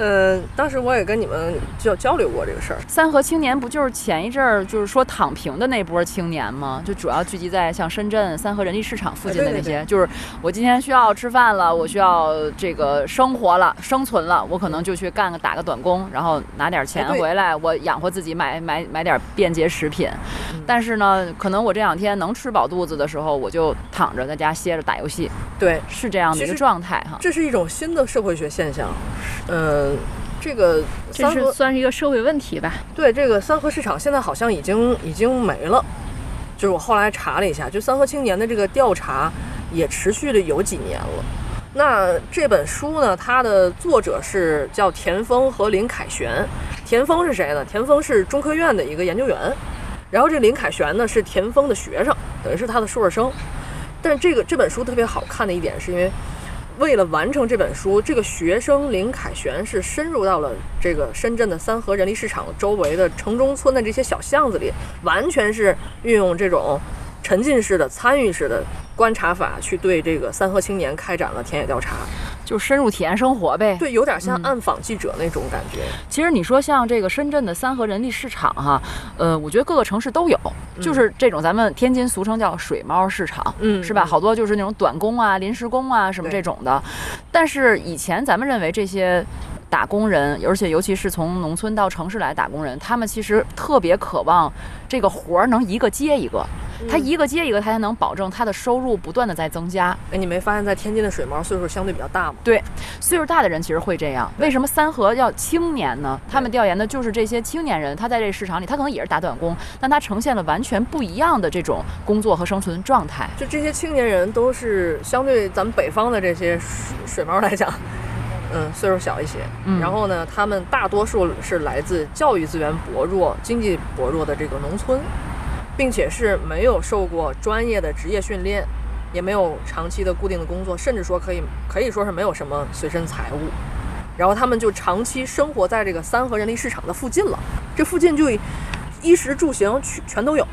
Speaker 3: 嗯，当时我也跟你们交交流过这个事儿，
Speaker 2: 三和青年不就是前一阵儿就是说躺平的那波青年吗？就主要聚集在像深圳三和人力市场附近的那
Speaker 3: 哎对对
Speaker 2: 些，就是我今天需要吃饭了，我需要这个生活了、生存了，我可能就去干个打个短工，然后拿点钱
Speaker 3: 哎对
Speaker 2: 回来，我养活自己买，买买点便捷食品。
Speaker 3: 嗯
Speaker 2: 但是呢，可能我这两天能吃饱肚子的时候，我就躺着在家歇着打游戏，
Speaker 3: 对，
Speaker 2: 是这样的一
Speaker 3: 其
Speaker 2: 个
Speaker 3: 实
Speaker 2: 状态哈。
Speaker 3: 这是一种新的社会学现象。嗯，这个
Speaker 4: 这
Speaker 3: 三
Speaker 4: 是
Speaker 3: 和
Speaker 4: 算是一个社会问题吧？
Speaker 3: 对这个三和市场现在好像已经已经没了，就是我后来查了一下，就三和青年的这个调查也持续了有几年了。那这本书呢，它的作者是叫田丰和林凯旋。田丰是谁呢？田丰是中科院的一个研究员，然后这林凯旋呢是田丰的学生，等于是他的硕士生。但这个这本书特别好看的一点是因为。为了完成这本书，这个学生林凯旋是深入到了这个深圳的三和人力市场周围的城中村的这些小巷子里，完全是运用这种沉浸式的、参与式的观察法，去对这个三和青年开展了田野调查。
Speaker 2: 就深入体验生活呗。
Speaker 3: 对，有点像暗访记者那种感觉。
Speaker 2: 其实你说像这个深圳的三和人力市场哈，呃，我觉得各个城市都有，就是这种咱们天津俗称叫水猫市场，
Speaker 3: 嗯
Speaker 2: 是吧？
Speaker 3: 嗯
Speaker 2: 好多就是那种短工啊、临时工啊什么
Speaker 3: 对
Speaker 2: 这种的。但是以前咱们认为这些。打工人，而且尤其是从农村到城市来打工人，他们其实特别渴望这个活儿能一个接一个，
Speaker 3: 嗯
Speaker 2: 他一个接一个，他才能保证他的收入不断的在增加。
Speaker 3: 哎，你没发现，在天津的水猫岁数相对比较大吗？
Speaker 2: 对，岁数大的人其实会这样。为什么三和要青年呢？他们调研的就是这些青年人，他在这个市场里，他可能也是打短工，但他呈现了完全不一样的这种工作和生存状态。
Speaker 3: 就这些青年人都是相对咱们北方的这些水水猫来讲，嗯，岁数小一些。
Speaker 2: 嗯
Speaker 3: 然后呢，他们大多数是来自教育资源薄弱、经济薄弱的这个农村，并且是没有受过专业的职业训练，也没有长期的固定的工作，甚至说可以可以说是没有什么随身财物。然后他们就长期生活在这个三和人力市场的附近了，这附近就衣食住行全全都有。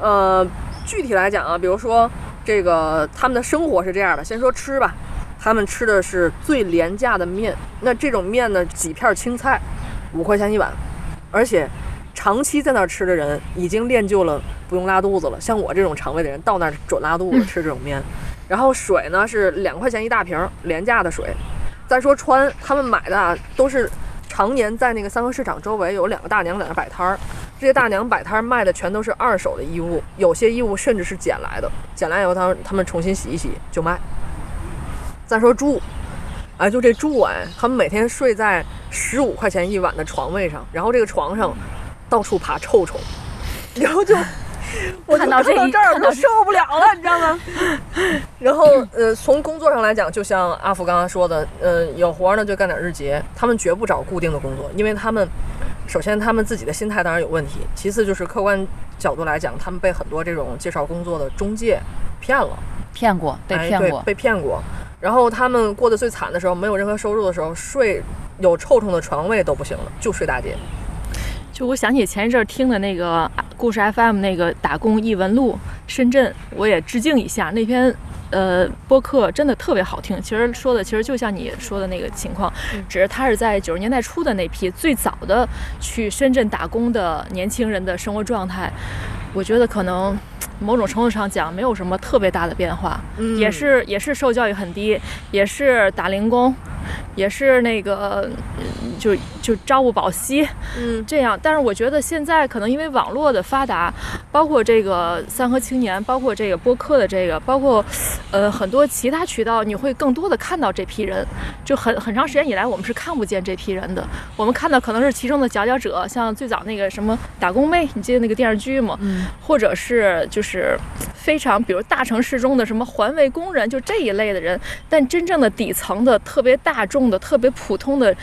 Speaker 3: 呃，具体来讲啊，比如说这个他们的生活是这样的，先说吃吧，他们吃的是最廉价的面，那这种面呢，几片青菜，五块钱一碗，而且长期在那儿吃的人已经练就了不用拉肚子了，像我这种肠胃的人到那儿准拉肚子吃这种面，然后水呢是两块钱一大瓶儿廉价的水，再说穿，他们买的啊都是常年在那个三河市场周围有两个大娘在那儿摆摊儿，这些大娘摆摊儿卖的全都是二手的衣物，有些衣物甚至是捡来的，捡来以后他们他们重新洗一洗就卖。再说住，哎，就这住哎，他们每天睡在十五块 钱一晚的床位上，然后这个床上到处爬臭虫，然后就我
Speaker 2: 看
Speaker 3: 就
Speaker 2: 到这一
Speaker 3: 这儿我
Speaker 2: 看到
Speaker 3: 都受不了了，你知道吗？然后呃，从工作上来讲，就像阿福刚刚说的，呃，有活儿呢就干点日结，他们绝不找固定的工作，因为他们首先他们自己的心态当然有问题，其次就是客观角度来讲，他们被很多这种介绍工作的中介骗了，
Speaker 2: 骗过，被
Speaker 3: 哎
Speaker 2: 骗
Speaker 3: 对
Speaker 2: 过，
Speaker 3: 被骗过。然后他们过得最惨的时候，没有任何收入的时候，睡有臭虫的床位都不行了，就睡大街。
Speaker 4: 就我想起前一阵儿听的那个啊故事 FM 那个《打工异闻录》，深圳，我也致敬一下那篇。呃，播客真的特别好听。其实说的其实就像你说的那个情况，只是他是在九十年代初的那批最早的去深圳打工的年轻人的生活状态，我觉得可能某种程度上讲没有什么特别大的变化。
Speaker 3: 嗯
Speaker 4: 也是也是受教育很低，也是打零工，也是那个嗯就就朝不保夕
Speaker 3: 嗯
Speaker 4: 这样。但是我觉得现在可能因为网络的发达，包括这个三和青年，包括这个播客的这个，包括呃很多其他渠道，你会更多的看到这批人。就很很长时间以来，我们是看不见这批人的，我们看到可能是其中的佼佼者，像最早那个什么打工妹，你记得那个电视剧吗？
Speaker 2: 嗯，
Speaker 4: 或者是就是非常比如大城市中的什么环卫工人，就这一类的人，但真正的底层的、特别大众的、特别普通的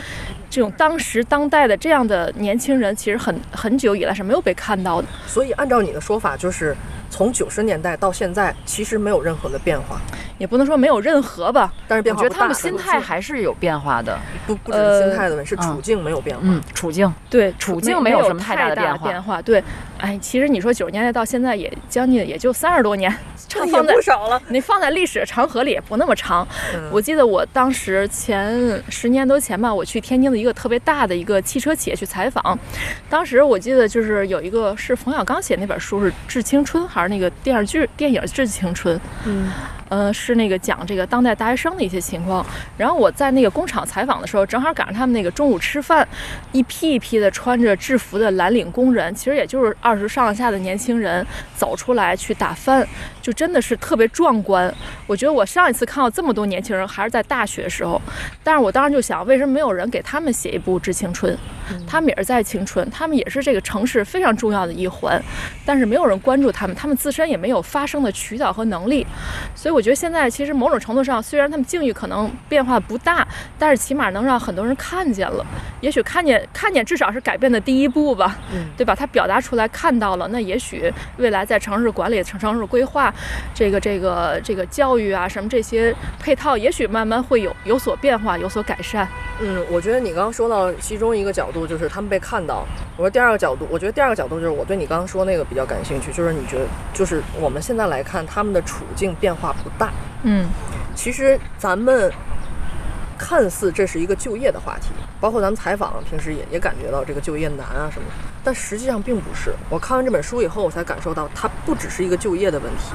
Speaker 4: 这种当时当代的这样的年轻人，其实很很久以来是没有被看到的。
Speaker 3: 所以按照你的说法，就是从九十年代到现在，其实没有任何的变化，
Speaker 4: 也不能说没有任何吧，
Speaker 3: 但是变
Speaker 2: 我觉
Speaker 3: 化
Speaker 2: 得他们
Speaker 3: 不大
Speaker 2: 心态还是有变化的，
Speaker 3: 不不只是心态的问题，是
Speaker 2: 呃
Speaker 3: 处境没有变化。
Speaker 2: 嗯，处境
Speaker 4: 对
Speaker 2: 处
Speaker 4: 没
Speaker 2: 境没
Speaker 4: 没
Speaker 2: 有
Speaker 4: 有
Speaker 2: 什么太大
Speaker 4: 大
Speaker 2: 的变
Speaker 4: 变
Speaker 2: 化
Speaker 4: 对，哎，其实你说九十年代到现在也将近也就三十 多年，这
Speaker 2: 嗯
Speaker 4: 放在
Speaker 3: 少了。
Speaker 4: 你放在历史长河里也不那么长。
Speaker 3: 嗯
Speaker 4: 我记得我当时前十年多前吧，我去天津的一个特别大的一个汽车企业去采访，当时我记得就是有一个是冯小刚写那本书是《致青春》还是那个电视剧电影《致青春》，
Speaker 3: 嗯，
Speaker 4: 呃，是那个讲这个当代大学生的一些情况。然后我在那个工厂采访的时候，正好赶上他们那个中午吃饭，一批一批的穿着制服的蓝领工人，其实也就是二十上下的年轻人走出来去打饭，就真的是特别壮观。我觉得我上一次看到这么多年轻人还是在大学时候，但是我当时就想，为什么没有人给他们写一部《致青春》？他们也是在青春，他们也是这个城市非常重要的一环，但是没有人关注他们，他们自身也没有发声的渠道和能力。所以我觉得现在其实某种程度上，虽然他们境遇可能变化不大，但是起码能让很多人看见了。也许看见看见至少是改变的第一步吧，
Speaker 3: 嗯
Speaker 4: 对吧？他表达出来看到了，那也许未来在城市管理、城城市规划、这个这个这个教育啊什么这些配套，也许慢慢会有有所变化、有所改善。
Speaker 3: 嗯，我觉得你刚刚说到其中一个角度就是他们被看到。我说第二个角度，我觉得第二个角度就是我对你刚刚说那个比较感兴趣，就是你觉得就是我们现在来看他们的处境变化不大。
Speaker 4: 嗯，
Speaker 3: 其实咱们看似这是一个就业的话题，包括咱们采访平时也也感觉到这个就业难啊什么的，但实际上并不是。我看完这本书以后，我才感受到它不只是一个就业的问题，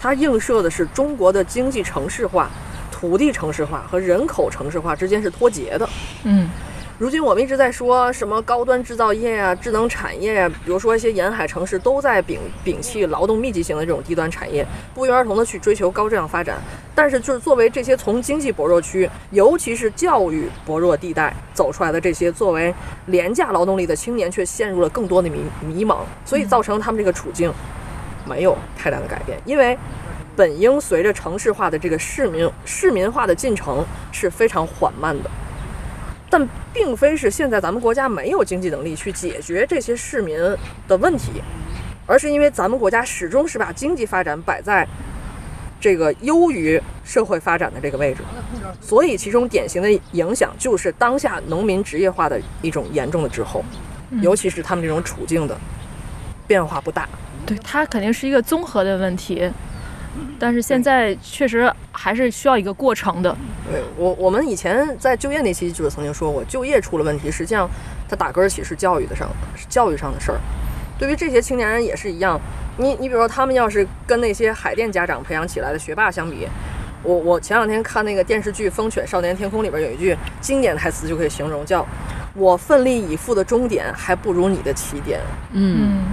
Speaker 3: 它映射的是中国的经济城市化、土地城市化和人口城市化之间是脱节的。
Speaker 4: 嗯，
Speaker 3: 如今我们一直在说什么高端制造业呀、智能产业呀、啊比如说一些沿海城市都在摒摒弃劳动密集型的这种低端产业，不约而同的去追求高质量发展。但是，就是作为这些从经济薄弱区，尤其是教育薄弱地带走出来的这些作为廉价劳动力的青年，却陷入了更多的迷迷茫，所以造成他们这个处境没有太大的改变，因为。本应随着城市化的这个市民市民化的进程是非常缓慢的，但并非是现在咱们国家没有经济能力去解决这些市民的问题，而是因为咱们国家始终是把经济发展摆在这个优于社会发展的这个位置，所以其中典型的影响就是当下农民职业化的一种严重的滞后，尤其是他们这种处境的变化不大。
Speaker 4: 对，它肯定是一个综合的问题，但是现在确实还是需要一个过程的。
Speaker 3: 对我，我们以前在就业那期就是曾经说过，就业出了问题，实际上它打根儿起是教育的上，是教育上的事儿。对于这些青年人也是一样，你你比如说他们要是跟那些海淀家长培养起来的学霸相比，我我前两天看那个电视剧《风犬少年天空》里边有一句经典台词就可以形容，叫“我奋力以赴的终点还不如你的起点
Speaker 2: 嗯，”，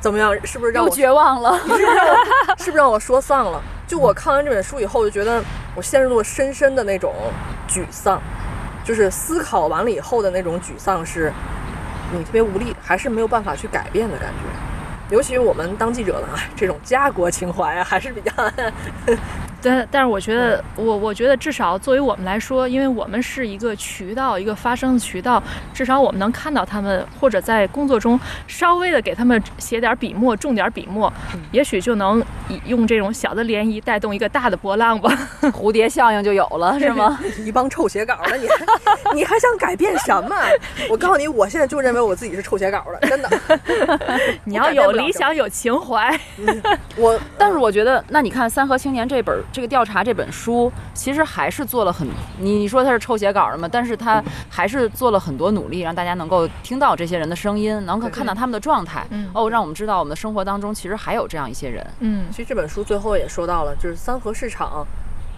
Speaker 3: 怎么样？是不是让
Speaker 2: 又
Speaker 3: 我
Speaker 2: 绝望了，
Speaker 3: 是不是让我说丧了？就我看完这本书以后，就觉得我陷入了深深的那种沮丧，就是思考完了以后的那种沮丧是，你特别无力，还是没有办法去改变的感觉。尤其我们当记者的啊，这种家国情怀啊，还是比较
Speaker 4: 但但是我觉得，我我觉得至少作为我们来说，因为我们是一个渠道，一个发声的渠道，至少我们能看到他们，或者在工作中稍微的给他们写点笔墨，重点笔墨，也许就能以用这种小的涟漪带动一个大的波浪吧。
Speaker 2: 蝴蝶效应就有了，是吗？
Speaker 3: 一帮臭写稿的， 你还你还想改变什么？我告诉你，我现在就认为我自己是臭写稿的，真的。
Speaker 4: 你要有理想，有情怀，
Speaker 3: 我
Speaker 2: 但是我觉得，那你看《三和青年》这本这个调查这本书，其实还是做了很，你你说它是抽写稿的嘛，但是它还是做了很多努力，让大家能够听到这些人的声音，能够看到他们的状态，
Speaker 4: 嗯
Speaker 2: 哦，让我们知道我们的生活当中其实还有这样一些人，
Speaker 4: 嗯，
Speaker 3: 其实这本书最后也说到了，就是三和市场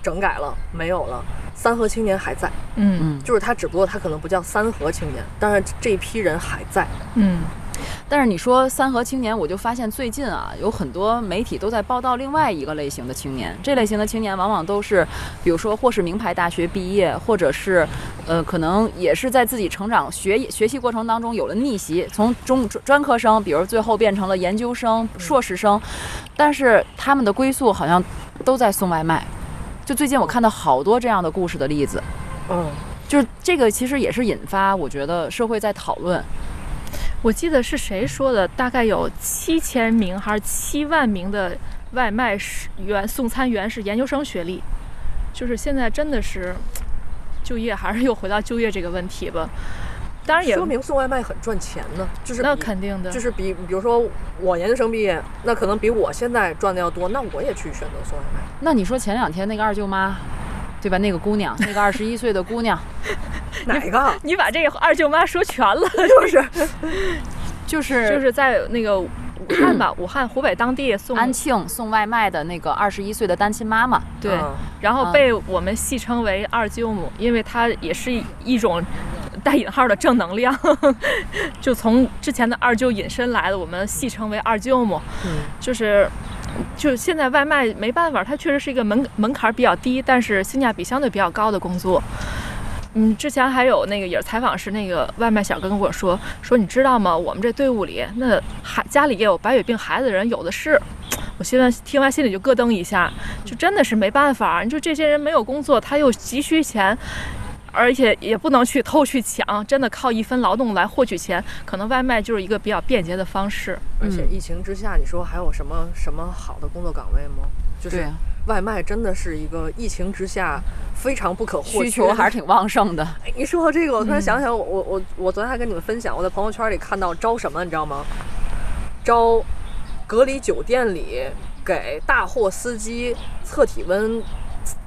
Speaker 3: 整改了，没有了，三和青年还在，
Speaker 4: 嗯
Speaker 2: 嗯，
Speaker 3: 就是它只不过它可能不叫三和青年，但是这一批人还在。
Speaker 4: 嗯，
Speaker 2: 但是你说三和青年，我就发现最近啊，有很多媒体都在报道另外一个类型的青年。这类型的青年往往都是，比如说或是名牌大学毕业，或者是，呃，可能也是在自己成长学学习过程当中有了逆袭，从中专专科生，比如最后变成了研究生、硕士生，但是他们的归宿好像都在送外卖。就最近我看到好多这样的故事的例子，
Speaker 3: 嗯，
Speaker 2: 就是这个其实也是引发我觉得社会在讨论。
Speaker 4: 我记得是谁说的，大概有七千名还是七万名的外卖是员送餐员是研究生学历，就是现在真的是就业还是又回到就业这个问题吧。当然也
Speaker 3: 说明送外卖很赚钱呢，就是
Speaker 4: 那
Speaker 3: 比
Speaker 4: 肯定的，
Speaker 3: 就是比比如说我研究生毕业，那可能比我现在赚的要多，那我也去选择送外卖。
Speaker 2: 那你说前两天那个二舅妈，对吧？那个姑娘，那个二十一岁的姑娘，
Speaker 3: 哪个啊？
Speaker 4: 你把这个二舅妈说全了，
Speaker 3: 就是
Speaker 2: 就是
Speaker 4: 就是在那个武汉吧，武汉湖北当地送
Speaker 2: 安庆送外卖的那个二十一岁的单亲妈妈。
Speaker 4: 对，
Speaker 3: 嗯
Speaker 4: 然后
Speaker 2: 嗯
Speaker 4: 被我们戏称为二舅母，因为她也是一种带引号的正能量， 就从之前的二舅引申来的，我们戏称为二舅母，
Speaker 3: 嗯
Speaker 4: 就是。就是现在外卖没办法，它确实是一个门门槛比较低，但是性价比相对比较高的工作。嗯，之前还有那个也是采访时，那个外卖小哥跟我说说，你知道吗？我们这队伍里那孩家里也有白血病孩子的人有的是。我现在听完心里就咯噔一下，就真的是没办法。你说这些人没有工作，他又急需钱，而且也不能去偷去抢，真的靠一分劳动来获取钱，可能外卖就是一个比较便捷的方式。
Speaker 3: 而且疫情之下，你说还有什么什么好的工作岗位吗？就是
Speaker 2: 对，
Speaker 3: 外卖真的是一个疫情之下非常不可或缺
Speaker 2: 需求还是挺旺盛的。
Speaker 3: 哎你说到这个，我突然想起来，我我我我昨天还跟你们分享，我在朋友圈里看到招什么，你知道吗？招隔离酒店里给大货司机测体温、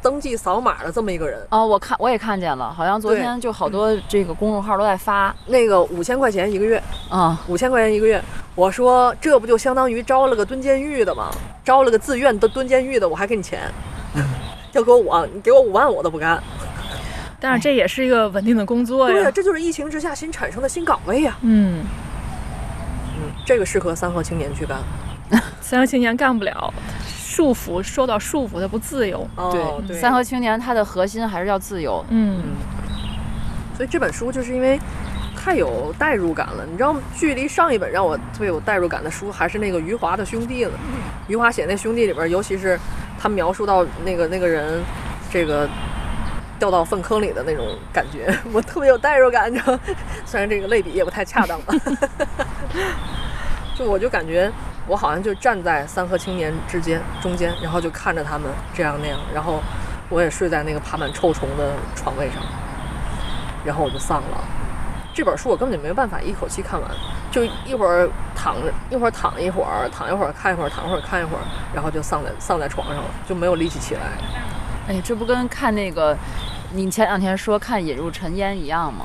Speaker 3: 登记扫码的这么一个人，
Speaker 2: 哦，我看我也看见了，好像昨
Speaker 3: 对
Speaker 2: 天就好多这个公众号都在发。
Speaker 3: 那个五千块钱一个月，
Speaker 2: 嗯，
Speaker 3: 五千块钱一个月，我说这不就相当于招了个蹲监狱的吗？招了个自愿蹲蹲监狱的，我还给你钱，嗯 要给我五万，你给我五万我都不干。
Speaker 4: 但是这也是一个稳定的工作
Speaker 3: 对呀、啊
Speaker 4: 呀。
Speaker 3: 这就是疫情之下新产生的新岗位呀、
Speaker 4: 嗯，
Speaker 3: 这个适合三和青年去干。
Speaker 4: 三幺青年干不了，束缚受到束缚，他不自由。
Speaker 3: 哦，对，
Speaker 2: 三和青年它的核心还是要自由。
Speaker 4: 嗯，
Speaker 3: 所以这本书就是因为太有代入感了。你知道，距离上一本让我特别有代入感的书，还是那个余华的《兄弟》呢。余华写那《兄弟》里边，尤其是他描述到那个那个人，这个。掉到粪坑里的那种感觉， 我特别有代入感，你知道？虽然这个类比也不太恰当吧， 就我就感觉我好像就站在三和青年之间中间，然后就看着他们这样那样，然后我也睡在那个爬满臭虫的床位上，然后我就丧了。这本书我根本就没办法一口气看完，就一会儿躺着，一会儿躺一会儿，躺一会儿看一会儿，躺一会儿看一会儿，然后就丧在丧在床上了，就没有力气起来。
Speaker 2: 哎，这不跟看那个你前两天说看《引入尘烟》一样吗？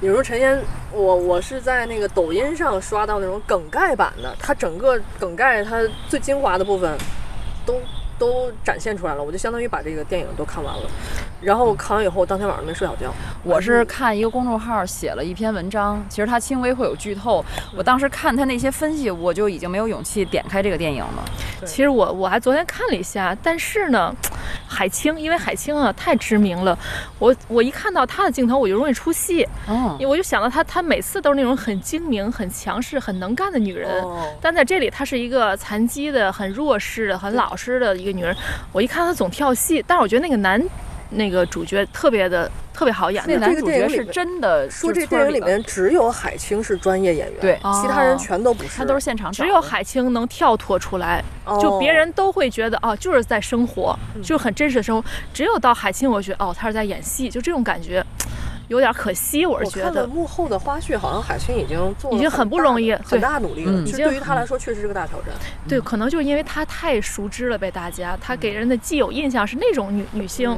Speaker 3: 比如陈烟，我我是在那个抖音上刷到那种梗概版的，它整个梗概它最精华的部分都都展现出来了，我就相当于把这个电影都看完了。然后扛完以后，当天晚上没睡好觉。
Speaker 2: 我
Speaker 3: 嗯
Speaker 2: 是看一个公众号写了一篇文章，其实它轻微会有剧透。我当时看他那些分析，我就已经没有勇气点开这个电影了。
Speaker 4: 其实我我还昨天看了一下，但是呢，海清因为海清啊太知名了，我我一看到她的镜头我就容易出戏，
Speaker 2: 嗯
Speaker 3: 哦
Speaker 4: 因为我就想到她，她每次都是那种很精明、很强势、很能干的女人。
Speaker 3: 哦，
Speaker 4: 但在这里，她是一个残疾的、很弱势的、很老实的一个女人。我一看她总跳戏，但是我觉得那个男，那个主角特别的特别好演
Speaker 2: 那
Speaker 4: 的。
Speaker 2: 男
Speaker 3: 这个
Speaker 2: 主
Speaker 3: 电
Speaker 2: 角
Speaker 3: 影里
Speaker 2: 是
Speaker 3: 面
Speaker 2: 真的，
Speaker 3: 说
Speaker 2: 就是
Speaker 3: 这电影
Speaker 2: 村
Speaker 3: 里
Speaker 2: 的
Speaker 3: 面只有海清是专业演员，
Speaker 2: 对
Speaker 3: 其他人
Speaker 4: 哦
Speaker 3: 全都不是，
Speaker 2: 他都是现场找
Speaker 4: 只
Speaker 2: 的，
Speaker 4: 有海清能跳脱出来，
Speaker 3: 哦
Speaker 4: 就别人都会觉得哦，就是在生活，
Speaker 3: 嗯
Speaker 4: 就是很真实的生活。只有到海清，我觉得哦，她是在演戏，就这种感觉，有点可惜。我
Speaker 3: 我
Speaker 4: 是觉
Speaker 3: 看了
Speaker 4: 得，
Speaker 3: 幕后的花絮，好像海清已经做了
Speaker 4: 已经很不
Speaker 3: 大
Speaker 4: 容易
Speaker 3: 很
Speaker 4: 对
Speaker 3: 大努力了。
Speaker 2: 嗯
Speaker 3: 其
Speaker 4: 已
Speaker 3: 实
Speaker 4: 经
Speaker 3: 对于他来说，确实是个大挑战。
Speaker 4: 对，可能就是因为她太熟知了，被大家，她给人的既有印象是那种女女性。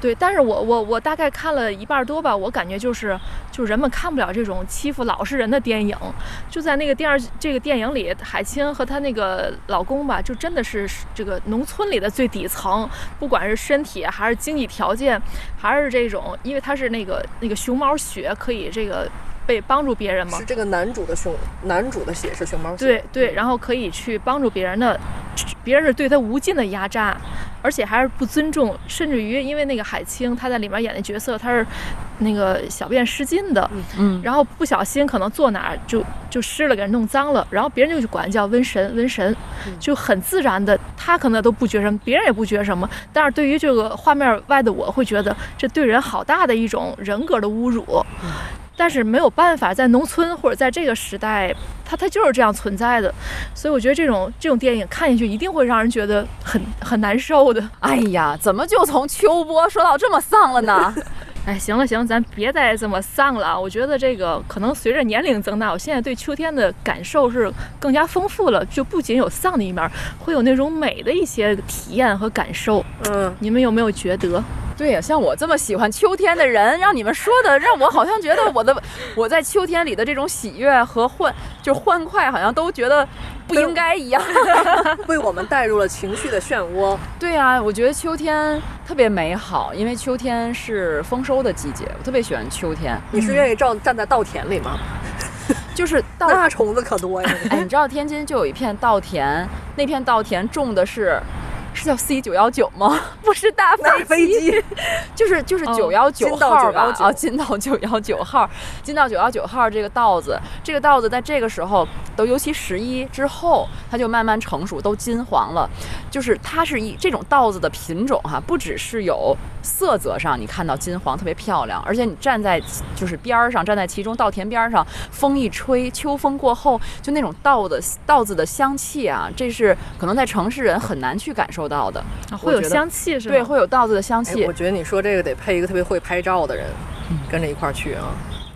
Speaker 4: 对，但是我我我大概看了一半多吧，我感觉就是就是人们看不了这种欺负老实人的电影，就在那个电视这个电影里，海清和她那个老公吧，就真的是这个农村里的最底层，不管是身体还是经济条件，还是这种，因为他是那个那个熊猫血可以这个被帮助别人嘛
Speaker 3: 是，这个男主的熊，男主的血是熊猫血。嗯
Speaker 4: 对对，然后可以去帮助别人的，别人是对他无尽的压榨，而且还是不尊重，甚至于因为那个海清她在里面演的角色，她是那个小便失禁的，
Speaker 2: 嗯，
Speaker 4: 然后不小心可能坐哪儿就就湿了，给人弄脏了，然后别人就去管叫瘟神瘟神，就很自然的，他可能都不觉什么，别人也不觉什么，但是对于这个画面外的我会觉得这对人好大的一种人格的侮辱。但是没有办法，在农村或者在这个时代，它它就是这样存在的，所以我觉得这种这种电影看下去一定会让人觉得很很难受的。
Speaker 2: 哎呀，怎么就从秋波说到这么丧了呢？
Speaker 4: 哎，行了行了，咱别再这么丧了啊！我觉得这个可能随着年龄增大，我现在对秋天的感受是更加丰富了，就不仅有丧的一面儿，会有那种美的一些体验和感受。
Speaker 3: 嗯，
Speaker 4: 你们有没有觉得？
Speaker 2: 对呀，像我这么喜欢秋天的人，让你们说的，让我好像觉得我的我在秋天里的这种喜悦和欢，就是欢快，好像都觉得不应该一样。
Speaker 3: 被我们带入了情绪的漩
Speaker 4: 嗯
Speaker 3: 涡。
Speaker 2: 对啊，我觉得秋天特别美好，因为秋天是丰收的季节，我特别喜欢秋天，
Speaker 3: 你是愿意站站在稻田里吗？
Speaker 2: 就是稻
Speaker 3: 那虫子可多 呀！
Speaker 2: 哎，你知道天津就有一片稻田，那片稻田种的是。是叫 C 九幺九吗？ 不是大飞
Speaker 3: 大飞机，
Speaker 2: 就是就是
Speaker 4: 哦
Speaker 2: 九幺九
Speaker 3: 金稻
Speaker 2: 号吧？
Speaker 3: 919
Speaker 2: 啊，金到九幺九号，金到九幺九号这个稻子，这个稻子在这个时候都，尤其十一之后，它就慢慢成熟，都金黄了。就是它是一这种稻子的品种哈、不只是有色泽上你看到金黄特别漂亮，而且你站在就是边儿上，站在其中稻田边儿上，风一吹，秋风过后，就那种稻的稻子的香气啊，这是可能在城市人很难去感受到的，
Speaker 4: 啊
Speaker 2: 我
Speaker 4: 会有
Speaker 2: 觉得
Speaker 4: 香气是吗？
Speaker 2: 对，会有稻子的香
Speaker 3: 哎
Speaker 2: 气，
Speaker 3: 我觉得你说这个得配一个特别会拍照的人，
Speaker 4: 嗯
Speaker 3: 跟着一块儿去啊。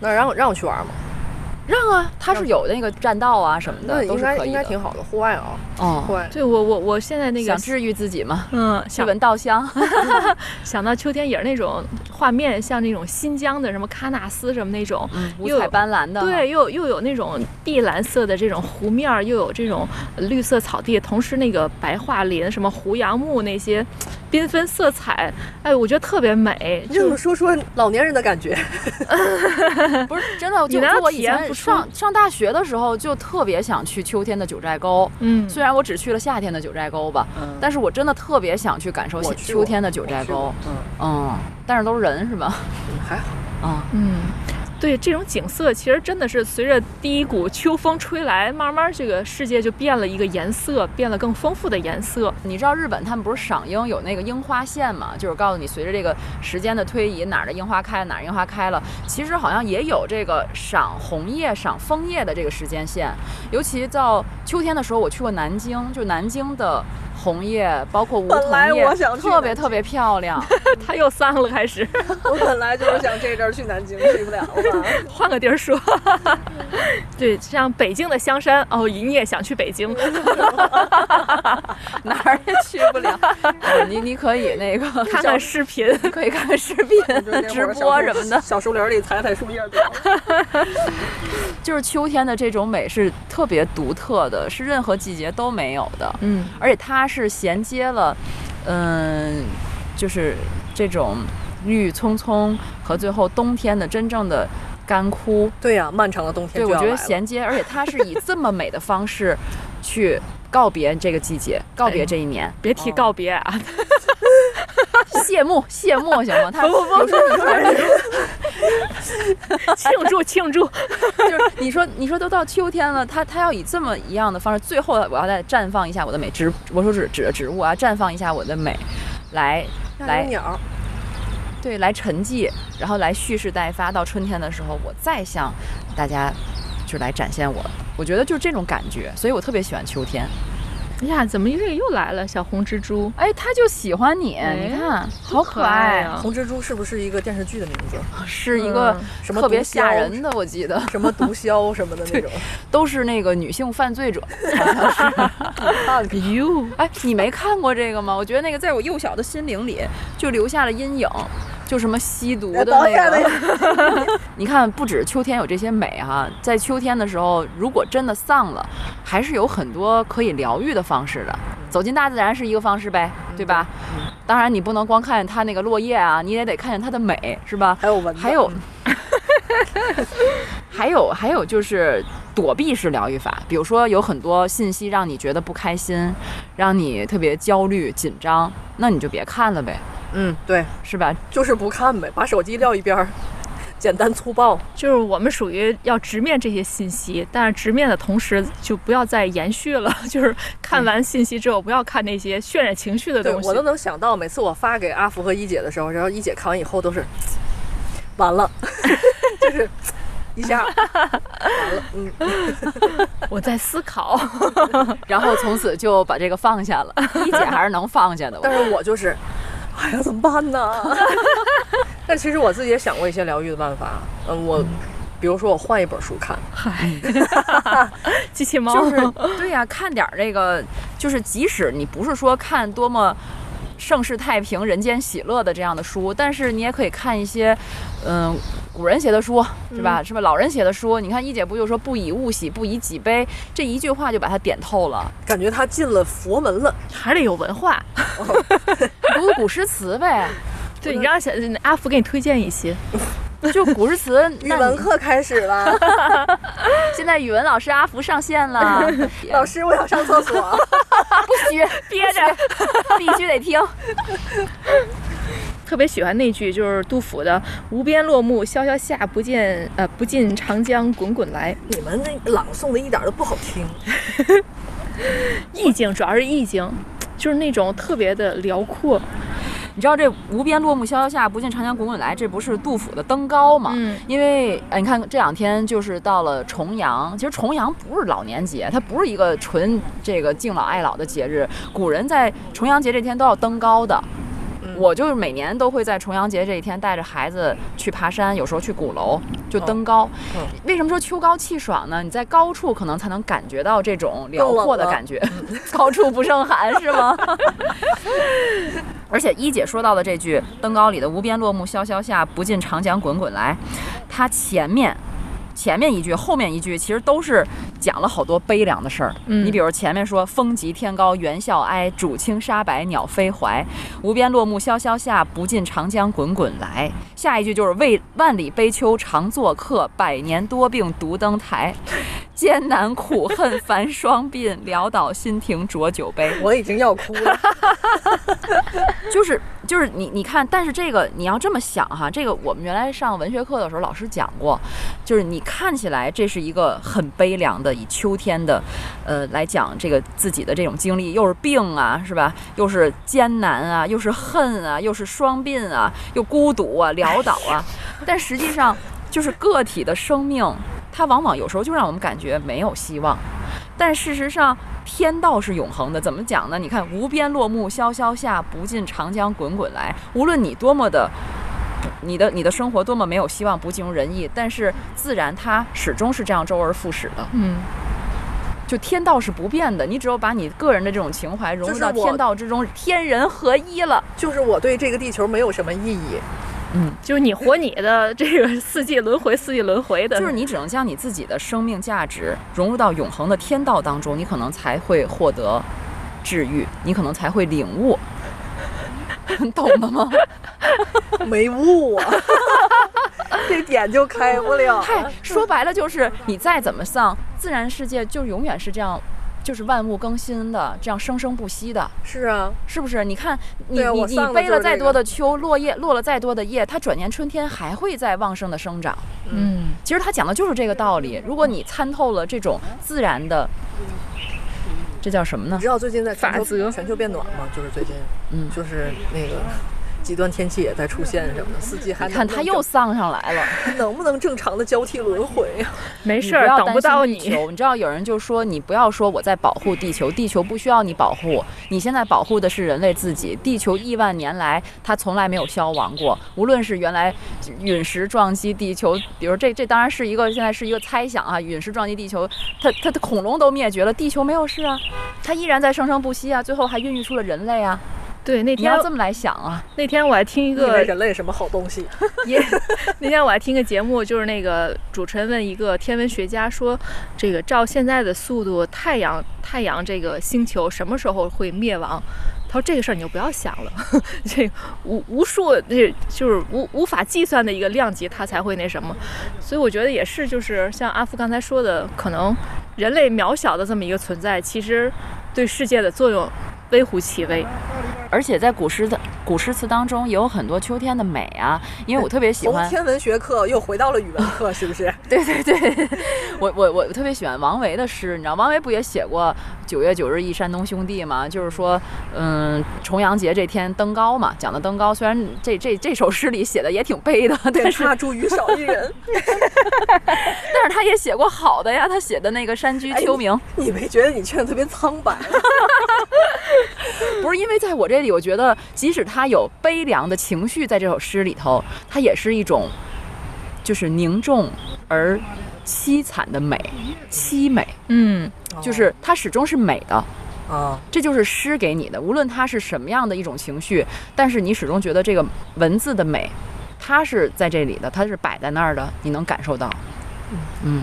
Speaker 3: 那让我让我去玩吗？
Speaker 2: 让啊，它是有那个栈道啊什么
Speaker 3: 那
Speaker 2: 的，都
Speaker 3: 应
Speaker 2: 是
Speaker 3: 该
Speaker 2: 可以
Speaker 3: 应该
Speaker 2: 的。
Speaker 3: 挺好的，户外啊，户
Speaker 2: 哦，
Speaker 3: 外。
Speaker 4: 对我我我现在那个
Speaker 2: 想治愈自己 吗？
Speaker 4: 嗯
Speaker 2: 去
Speaker 4: 想
Speaker 2: 闻稻香，
Speaker 4: 想到秋天也是那种画面，像那种新疆的什么喀纳斯什么那种，
Speaker 3: 嗯
Speaker 2: 五
Speaker 4: 又有
Speaker 2: 彩斑斓的。
Speaker 4: 对，，又有又有那种地蓝色的这种湖面儿，又有这种绿色草地，同时那个白桦林、什么胡杨木那些缤纷色彩，哎，我觉得特别美。
Speaker 3: 你怎么说说老年人的感觉？
Speaker 2: 不是真的，就
Speaker 4: 难道
Speaker 2: 就我
Speaker 4: 体
Speaker 2: 以
Speaker 4: 验
Speaker 2: 前
Speaker 4: 不出
Speaker 2: 上上大学的时候，就特别想去秋天的九寨沟。
Speaker 4: 嗯，
Speaker 2: 虽然我只去了夏天的九寨沟吧，但是我真的特别想去感受
Speaker 3: 嗯我去过
Speaker 2: 秋天的九寨沟。
Speaker 3: 嗯，
Speaker 2: 嗯，但是都是人是吧？
Speaker 3: 还好。
Speaker 2: 啊，
Speaker 4: 嗯，对，这种景色其实真的是随着第一股秋风吹来，慢慢这个世界就变了一个颜色，变了更丰富的颜色。
Speaker 2: 你知道日本他们不是赏樱有那个樱花线嘛？就是告诉你随着这个时间的推移，哪儿的樱花开了，哪儿的樱花开了。其实好像也有这个赏红叶、赏枫叶的这个时间线。尤其到秋天的时候，我去过南京，就南京的红叶，包括梧
Speaker 3: 本来
Speaker 2: 桐叶
Speaker 3: 我想，去
Speaker 2: 特别
Speaker 3: 南京
Speaker 2: 特别漂亮。
Speaker 4: 他又丧了，开始
Speaker 3: 我本来就是想这阵儿去南京，去不了 了。
Speaker 4: 换个地儿说。 对，像北京的香山，哦，你也想去北京？
Speaker 2: 哪儿也去不 了。哎你你可以那个
Speaker 4: 看看视频。
Speaker 2: 你 可以看看视频、直播什么的。
Speaker 3: 小树林里采采树叶表。
Speaker 2: 就是秋天的这种美是特别独特的，是任何季节都没有的。
Speaker 4: 嗯，
Speaker 2: 而且它是衔接了，嗯，就是这种郁葱葱和最后冬天的真正的干枯，
Speaker 3: 对呀、漫长的冬天
Speaker 2: 对
Speaker 3: 就
Speaker 2: 我
Speaker 3: 要
Speaker 2: 觉得
Speaker 3: 来了
Speaker 2: 衔接，而且它是以这么美的方式去告别这个季节，告别这一年。
Speaker 4: 别提告别啊！
Speaker 2: 谢幕，谢幕行吗？他有时候你说
Speaker 4: 庆 祝庆祝，
Speaker 2: 就是你说你说都到秋天了，他他要以这么一样的方式，最后我要再绽放一下我的美植，我手指指着植物啊，绽放一下我的美，来
Speaker 3: 亚
Speaker 2: 来
Speaker 3: 洲鸟儿，
Speaker 2: 对来沉寂，然后来蓄势待发，到春天的时候，我再向大家就来展现我。我觉得就是这种感觉，所以我特别喜欢秋天。
Speaker 4: 哎呀，怎么这个又来了？小红蜘蛛，
Speaker 2: 哎，他就喜欢你，
Speaker 4: 哎
Speaker 2: 你看，好可
Speaker 4: 爱
Speaker 2: 爱啊
Speaker 4: 啊！
Speaker 3: 红蜘蛛是不是一个电视剧的名字？
Speaker 2: 是一个
Speaker 4: 嗯
Speaker 3: 什么
Speaker 2: 特别
Speaker 3: 毒枭
Speaker 2: 吓人的，我记得
Speaker 3: 什 么毒枭什么的那种？
Speaker 2: 都是那个女性犯罪者。
Speaker 4: 哟，
Speaker 2: 哎，你没看过这个吗？我觉得那个在我幼小的心灵里就留下了阴影，就什么吸毒的
Speaker 3: 导演
Speaker 2: 那
Speaker 3: 的
Speaker 2: 个。你看，不止秋天有这些美哈、在秋天的时候，如果真的丧了，还是有很多可以疗愈的方式的。走进大自然是一个方式呗，对吧？当然，你不能光看见它那个落叶啊，你也得看见它的美，是吧？
Speaker 3: 还有蚊子，嗯
Speaker 2: 还有， 还有，还有就是躲避式疗愈法，比如说有很多信息让你觉得不开心，让你特别焦虑、紧张，那你就别看了呗，
Speaker 3: 嗯，对，
Speaker 2: 是吧？
Speaker 3: 就是不看呗，把手机撂一边儿，简单粗暴。
Speaker 4: 就是我们属于要直面这些信息，但是直面的同时就不要再延续了， 就是看完信息之后不要看那些渲染情绪的
Speaker 3: 对
Speaker 4: 东西
Speaker 3: 我。都能想到，每次我发给阿福和一姐的时候，然后一姐看完以后都是，完了，就是一下完了，嗯，
Speaker 4: 我在思考，
Speaker 2: 然后从此就把这个放下了。 一姐还是能放下的，
Speaker 3: 但是我就是，哎呀，怎么办呢？ 但其实我自己也想过一些疗愈的办法，嗯，我。比如说，我换一本书看，
Speaker 4: 机器猫
Speaker 2: 就是对呀、看点儿这个，就是即使你不是说看多么。盛世太平、人间喜乐的这样的书，但是你也可以看一些，嗯，古人写的书，是吧？是吧？老人写的书，你看一姐不就说“不以物喜，不以己悲”这一句话就把它点透了，
Speaker 3: 感觉他进了佛门了。
Speaker 4: 还得有文化。
Speaker 2: 读读古诗词呗，
Speaker 4: 对，你让小阿福给你推荐一些，
Speaker 2: 就古诗词。
Speaker 3: 语
Speaker 2: 那
Speaker 3: 文
Speaker 2: 你
Speaker 3: 课开始 了，
Speaker 2: 现在语文老师阿福上线了，
Speaker 3: 老师，我想上厕所。
Speaker 2: 不许憋着，必须得听。
Speaker 4: 特别喜欢那句就是杜甫的“无边落木萧萧下，不见呃不尽长江滚滚来
Speaker 3: 你们那朗诵的一点都不好听，”，
Speaker 4: 意境主要是意境，就是那种特别的辽阔。
Speaker 2: 你知道这“无边落木萧萧下，不见长江滚滚来”这不是杜甫的《登高》吗？
Speaker 4: 嗯
Speaker 2: 因为哎，你看这两天就是到了重阳，其实重阳不是老年节，它不是一个纯这个敬老爱老的节日。古人在重阳节这天都要登高的。
Speaker 3: 嗯
Speaker 2: 我就是每年都会在重阳节这一天带着孩子去爬山，有时候去鼓楼就登高。
Speaker 3: 嗯
Speaker 2: 为什么说秋高气爽呢？你在高处可能才能感觉到这种辽
Speaker 3: 更冷
Speaker 2: 阔的
Speaker 3: 了
Speaker 2: 感觉， 高处不胜寒是吗？而且一姐说到的这句《登高》里的“无边落木萧萧下，不尽长江滚滚来”，它前面前面一句、后面一句其实都是讲了好多悲凉的事儿。
Speaker 4: 嗯
Speaker 2: 你比如前面说“风急天高猿啸哀，渚清沙白鸟飞回，无边落木萧萧下，不尽长江滚滚来”，下一句就是“为万里悲秋常作客，百年多病独登台”。 艰难苦恨 繁霜鬓，潦倒新停浊酒杯。
Speaker 3: 我已经要哭 了。
Speaker 2: 就是就是你你看，但是这个你要这么想哈，这个我们原来上文学课的时候老师讲过，就是你看起来这是一个很悲凉的，以秋天的，呃来讲这个自己的这种经历，又是病啊，是吧？又是艰难啊，又是恨啊，又是双鬓啊，又孤独啊，潦倒啊，但实际上就是个体的生命，它往往有时候就让我们感觉没有希望。但事实上，天道是永恒的。怎么讲呢？你看，无边落木萧萧下，不尽长江滚滚来。无论你多么的，你的你的生活多么没有希望，不尽如人意，但是自然它始终是这样周而复始的。
Speaker 4: 嗯，
Speaker 2: 就天道是不变的，你只有把你个人的这种情怀融入到
Speaker 3: 就是我
Speaker 2: 天道之中，天人合一了。
Speaker 3: 就是我对这个地球没有什么意义，
Speaker 4: 就是你活你的这个四季轮回，四季轮回的，
Speaker 2: 就是你只能将你自己的生命价值融入到永恒的天道当中，你可能才会获 得治愈，你可能才会领悟，懂了吗？
Speaker 3: 没悟啊， 这点就开不 了。
Speaker 2: 嗨，说白了就是你再怎么丧，自然世界就永远是这样，就是万物更新的，这样生生不息的，
Speaker 3: 是啊，
Speaker 2: 是不是？你看你
Speaker 3: 对啊
Speaker 2: 你
Speaker 3: 我
Speaker 2: 你
Speaker 3: 丧的
Speaker 2: 背
Speaker 3: 就是
Speaker 2: 了
Speaker 3: 这
Speaker 2: 再
Speaker 3: 个
Speaker 2: 多的秋，落叶落了再多的叶，它转年春天还会再旺盛的生长。
Speaker 4: 嗯，
Speaker 2: 其实他讲的就是这个道理。如果你参透了这种自然的，这叫什么呢
Speaker 3: 你？知道最近在全
Speaker 4: 法
Speaker 3: 球
Speaker 4: 则
Speaker 3: 全球变暖吗？就是最近，
Speaker 2: 嗯
Speaker 3: 就是那个极端天气也在出现什么的，四季还
Speaker 2: 你看
Speaker 3: 能不
Speaker 2: 他
Speaker 3: 能
Speaker 2: 又丧上来了。
Speaker 3: 正能不能正常的交替轮回啊？
Speaker 4: 没
Speaker 2: 你
Speaker 4: 事儿，
Speaker 2: 要
Speaker 4: 等
Speaker 2: 担
Speaker 4: 不
Speaker 2: 心
Speaker 4: 到
Speaker 2: 地
Speaker 4: 你。
Speaker 2: 球你知道有人就说你不要说我在保护地球，地球不需要你保护，你现在保护的是人类自己。地球亿万年来它从来没有消亡过，无论是原来陨石撞击地球，比如这这当然是一个现在是一个猜想啊，陨石撞击地球，它它的恐龙都灭绝了，地球没有事啊，它依然在生生不息啊，最后还孕育出了人类啊。
Speaker 4: 对，那
Speaker 2: 你
Speaker 4: 天
Speaker 2: 要这么来想啊，
Speaker 4: 那天我还听一
Speaker 3: 你以为
Speaker 4: 个
Speaker 3: 人类什么好东西？
Speaker 4: 也，那天我还听个节目，就是那个主持人问一个天文学家说，这个照现在的速度，太阳太阳这个星球什么时候会灭亡？他说这个事儿你就不要想了， 这无无数这就是无无法计算的一个量级，它才会那什么。所以我觉得也是，就是像阿富刚才说的，可能人类渺小的这么一个存在，其实对世界的作用微乎其微。
Speaker 2: 而且在古诗的古诗词当中也有很多秋天的美啊，因为我特别喜
Speaker 3: 从
Speaker 2: 欢。
Speaker 3: 天文学课又回到了语文课，是不是？
Speaker 2: 对对对，我我我特别喜欢王维的诗，你知道，王维不也写过“九月九日忆山东兄弟”吗？就是说，嗯，重阳节这天登高嘛，讲的登高。虽然这这这首诗里写的也挺悲的， 但
Speaker 3: 天
Speaker 2: 是
Speaker 3: 差茱萸少 一人，
Speaker 2: 但是他也写过好的呀，他写的那个《山居
Speaker 3: 哎
Speaker 2: 秋暝》
Speaker 3: 你没觉得你劝的特别苍白吗？
Speaker 2: 不是因为在我这里，我觉得即使他有悲凉的情绪在这首诗里头，它也是一种就是凝重而凄惨的美，凄美，
Speaker 4: 嗯，
Speaker 2: 就是它始终是美的。
Speaker 3: 啊，
Speaker 2: 这就是诗给你的，无论它是什么样的一种情绪，但是你始终觉得这个文字的美，它是在这里的，它是摆在那儿的，你能感受到。嗯，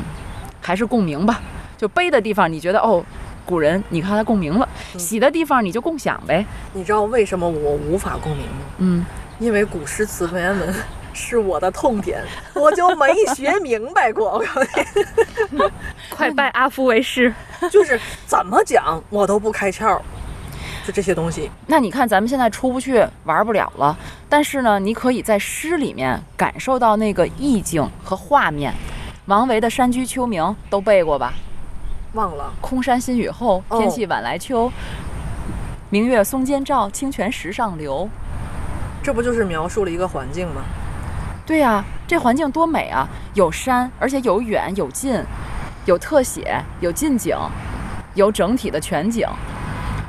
Speaker 2: 还是共鸣吧，就悲的地方，你觉得哦，古人你看他共鸣了；喜的地方，你就共享呗。
Speaker 3: 你知道为什么我无法共鸣吗？
Speaker 2: 嗯，
Speaker 3: 因为古诗词文言文 是我的痛点，我就没学明白过。我告诉
Speaker 4: 快拜阿福为师。
Speaker 3: 你，就是怎么讲我都不开窍，就这些东西。
Speaker 2: 那你看咱们现在出不去，玩不了了，但是呢，你可以在诗里面感受到那个意境和画面。王维的《山居秋暝》都背过吧？
Speaker 3: 忘了，
Speaker 2: 空山新雨后，
Speaker 3: 哦
Speaker 2: 天气晚来秋。明月松间照，清泉石上流。
Speaker 3: 这不就是描述了一个环境吗？
Speaker 2: 对呀、这环境多美啊！有山，而且有远有近，有特写，有近景，有整体的全景，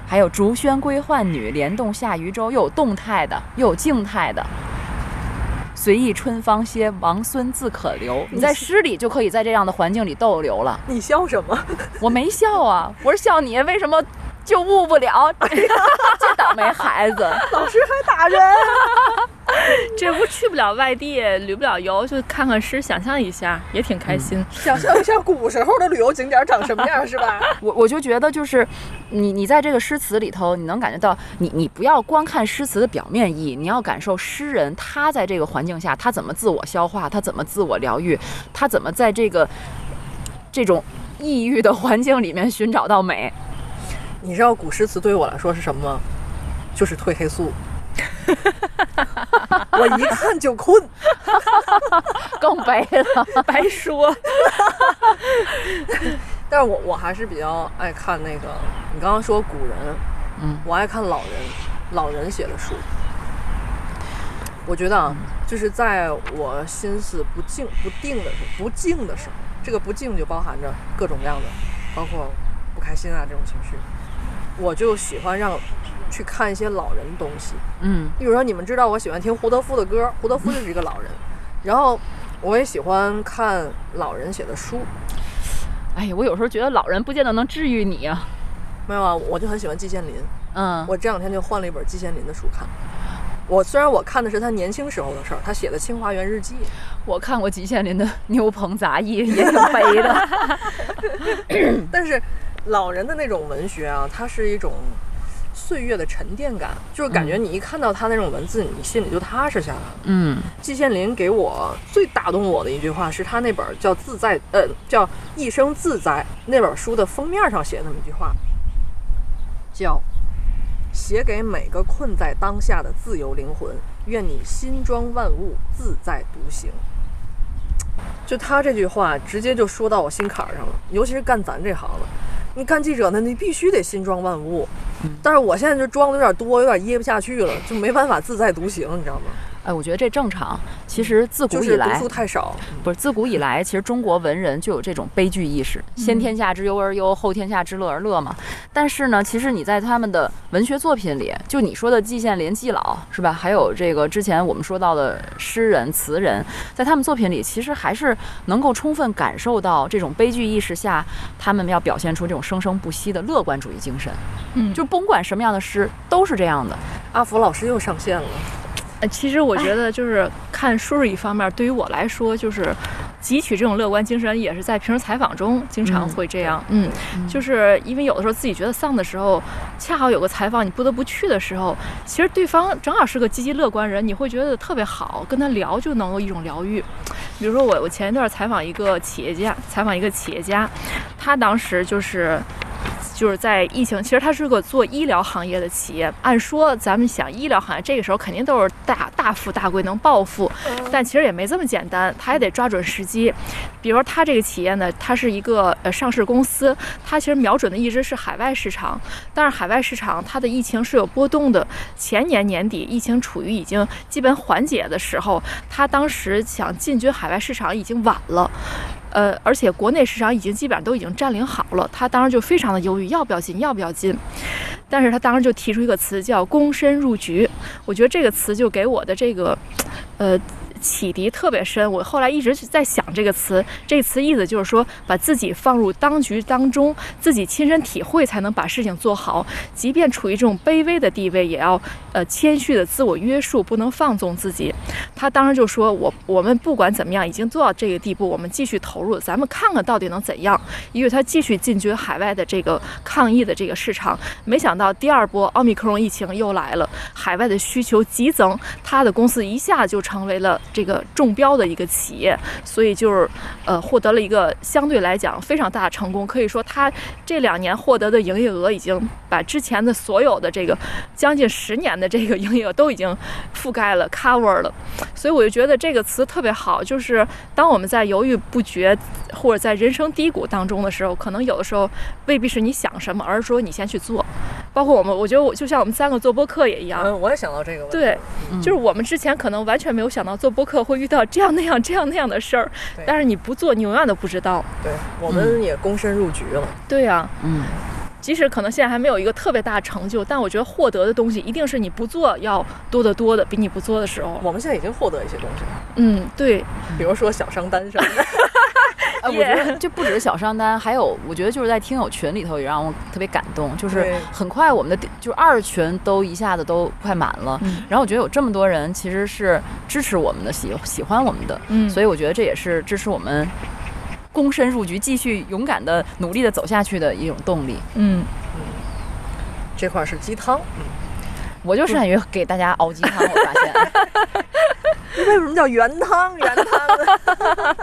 Speaker 2: 还有竹喧归浣女，莲动下渔舟，又有动态的，又有静态的。随意春芳歇，王孙自可留。你在诗里就可以在这样的环境里逗留了。
Speaker 3: 你笑什么？
Speaker 2: 我没笑啊，我是笑你为什么就悟不了， 这倒霉孩子。
Speaker 3: 老师还打人？
Speaker 4: 这不去不了外地，旅不了游，就看看诗，想象一下，也挺开心。
Speaker 3: 想象一下古时候的旅游景点长什么样，是吧？
Speaker 2: 我我就觉得就是你你在这个诗词里头，你能感觉到你你不要光看诗词的表面意义，你要感受诗人他在这个环境下他怎么自我消化，他怎么自我疗愈，他怎么在这个这种抑郁的环境里面寻找到美。
Speaker 3: 你知道古诗词对于我来说是什么吗？就是褪黑素。我一看就困，
Speaker 2: 更悲了，
Speaker 4: 白说，
Speaker 3: 但是我我还是比较爱看那个，你刚刚说古人，
Speaker 2: 嗯，
Speaker 3: 我爱看老人，老人写的书。我觉得啊，就是在我心思不静不定的时候，不静的时候，这个不静就包含着各种各样的，包括不开心啊这种情绪，我就喜欢让去看一些老人的东西。
Speaker 2: 嗯
Speaker 3: 比如说，你们知道我喜欢听胡德夫的歌，胡德夫就是一个老人，然后我也喜欢看老人写的书。
Speaker 2: 哎呀，我有时候觉得老人不见得能治愈你啊。
Speaker 3: 没有啊，我就很喜欢季羡林，
Speaker 2: 嗯，
Speaker 3: 我这两天就换了一本季羡林的书看。我虽然我看的是他年轻时候的事儿，他写的《清华园日记》，
Speaker 2: 我看过季羡林的《 牛棚杂役》，也挺悲的。
Speaker 3: 但是老人的那种文学啊，它是一种岁月的沉淀感，就是感觉你一看到他那种文字，你心里就踏实下来了。
Speaker 6: 嗯
Speaker 3: 季羡林给我最打动我的一句话，是他那本叫《自在》呃叫《一生自在》那本书的封面上写的那么一句话，叫“写给每个困在当下的自由灵魂，愿你心装万物，自在独行。”就他这句话，直接就说到我心坎儿上了。尤其是干咱这行的，你干记者呢，你必须得心装万物。但是我现在就装的有点多，有点噎不下去了，就没办法自在独行，你知道吗？
Speaker 2: 哎，我觉得这正常。其实自
Speaker 3: 就
Speaker 2: 古以
Speaker 3: 是读
Speaker 2: 来，
Speaker 3: 书太少，
Speaker 2: 不是自古以来，其实中国文人就有这种悲剧意识，先天下之忧而忧，后天下之乐而乐嘛。但是呢，其实你在他们的文学作品里，就你说的季羡林、季老是吧？还有这个之前我们说到的诗人、词人，在他们作品里，其实还是能够充分感受到这种悲剧意识下，他们要表现出这种生生不息的乐观主义精神。
Speaker 4: 嗯
Speaker 2: 就甭管什么样的诗，都是这样的。
Speaker 3: 阿福老师又上线了，
Speaker 4: 呃，其实我觉得就是看书是一方面，对于我来说就是汲取这种乐观精神，也是在平时采访中经常会这样。嗯，就是因为有的时候自己觉得丧的时候，恰好有个采访你不得不去的时候，其实对方正好是个积极乐观人，你会觉得特别好，跟他聊就能够一种疗愈。比如说我我前一段采访一个企业家，采访一个企业家，他当时就是。就是在疫情，其实它是个做医疗行业的企业。按说咱们想医疗行业这个时候肯定都是大大富大贵能暴富，但其实也没这么简单，他也得抓准时机。比如说他这个企业呢，它是一个呃上市公司，它其实瞄准的一直是海外市场，但是海外市场它的疫情是有波动的。前年年底疫情处于已经基本缓解的时候，他当时想进军海外市场已经晚了。呃，而且国内市场已经基本上都已经占领好了，他当时就非常的犹豫，要不要进，要不要进。但是他当时就提出一个词叫“躬身入局”，我觉得这个词就给我的这个，呃。启迪特别深，我后来一直在想这个词，这个词意思就是说，把自己放入当局当中，自己亲身体会才能把事情做好。即便处于这种卑微的地位，也要呃谦虚的自我约束，不能放纵自己。他当时就说：“我我们不管怎么样，已经做到这个地步，我们继续投入，咱们看看到底能怎样。”因为他继续进军海外的这个抗疫的这个市场。没想到第二波奥密克戎疫情又来了，海外的需求激增，他的公司一下就成为了这个中标的一个企业，所以就是呃获得了一个相对来讲非常大的成功。可以说，他这两年获得的营业额已经把之前的所有的这个将近十年的这个营业额都已经覆盖了 cover 了。所以我就觉得这个词特别好，就是当我们在犹豫不决或者在人生低谷当中的时候，可能有的时候未必是你想什么，而是说你先去做。包括我们，我觉得我就像我们三个做播客也一样，
Speaker 3: 嗯，我也想到这个问题。
Speaker 4: 对，就是我们之前可能完全没有想到做播客会遇到这样那样这样那样的事儿
Speaker 3: 对，
Speaker 4: 但是你不做，你永远都不知道。
Speaker 3: 对，我们也躬身入局了。
Speaker 4: 对呀、
Speaker 2: 嗯，
Speaker 4: 即使可能现在还没有一个特别大的成就，但我觉得获得的东西一定是你不做要多得多的，比你不做的时候。
Speaker 3: 我们现在已经获得一些东西了，
Speaker 4: 嗯，对，
Speaker 3: 比如说小商单上，
Speaker 2: 哎，我觉得这不只是小商单，还有我觉得就是在听友群里头也让我特别感动，就是
Speaker 3: 对
Speaker 2: 很快我们的就是二群都一下子都快满了，
Speaker 4: 嗯
Speaker 2: 然后我觉得有这么多人其实是支持我们的，喜喜欢我们的，
Speaker 4: 嗯
Speaker 2: 所以我觉得这也是支持我们躬身入局，继续勇敢的努力的走下去的一种动力。
Speaker 4: 嗯，
Speaker 3: 这块是鸡汤。
Speaker 2: 我就善于给大家熬鸡汤，我发现
Speaker 3: 为什么叫原汤？原汤呢？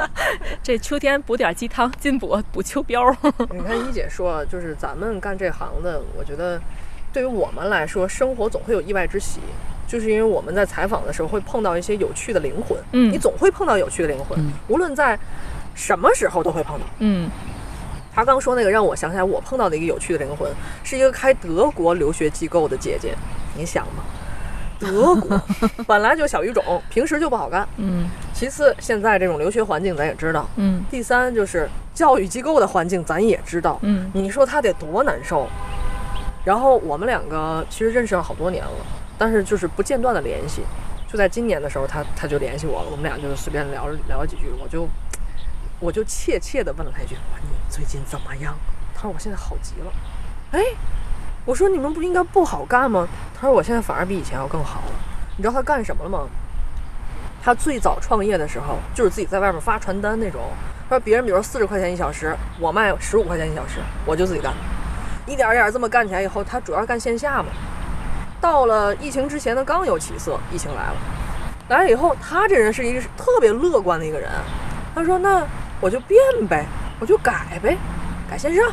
Speaker 4: 这秋天补点鸡汤，进补补秋 膘。
Speaker 3: 你看一姐说，啊就是咱们干这行的，我觉得对于我们来说，生活总会有意外之喜。就是因为我们在采访的时候会碰到一些有趣的灵魂，
Speaker 4: 嗯
Speaker 3: 你总会碰到有趣的灵魂，无论在什么时候都会碰到。
Speaker 4: 嗯
Speaker 3: 他刚说那个让我想起来，我碰到的一个有趣的灵魂，是一个开德国留学机构的姐姐。你想吧，德 国本来就小语种，平时就不好干。
Speaker 4: 嗯
Speaker 3: 其次，现在这种留学环境咱也知道。
Speaker 4: 嗯
Speaker 3: 第三就是教育机构的环境咱也知道。
Speaker 4: 嗯
Speaker 3: 你说他得多难受？然后我们两个其实认识了好多年了，但是就是不间断的联系。就在今年的时候，他他就联系我了，我们俩就随便聊聊几句，我就我就怯怯地问了他一句：“我说你最近怎么样？”他说：“我现在好极了。”哎，我说：“你们不应该不好干吗？”他说：“我现在反而比以前要更好了。”你知道他干什么了吗？他最早创业的时候，就是自己在外面发传单那种，他说别人比如四十块钱一小时，我卖十五块钱一小时，我就自己干。一点儿一点儿这么干起来以后，它主要是干线下嘛。到了疫情之前，它刚有起色，疫情来了，来了以后，他这人是一个特别乐观的一个人。他说：“那我就变呗，我就改呗，改线上，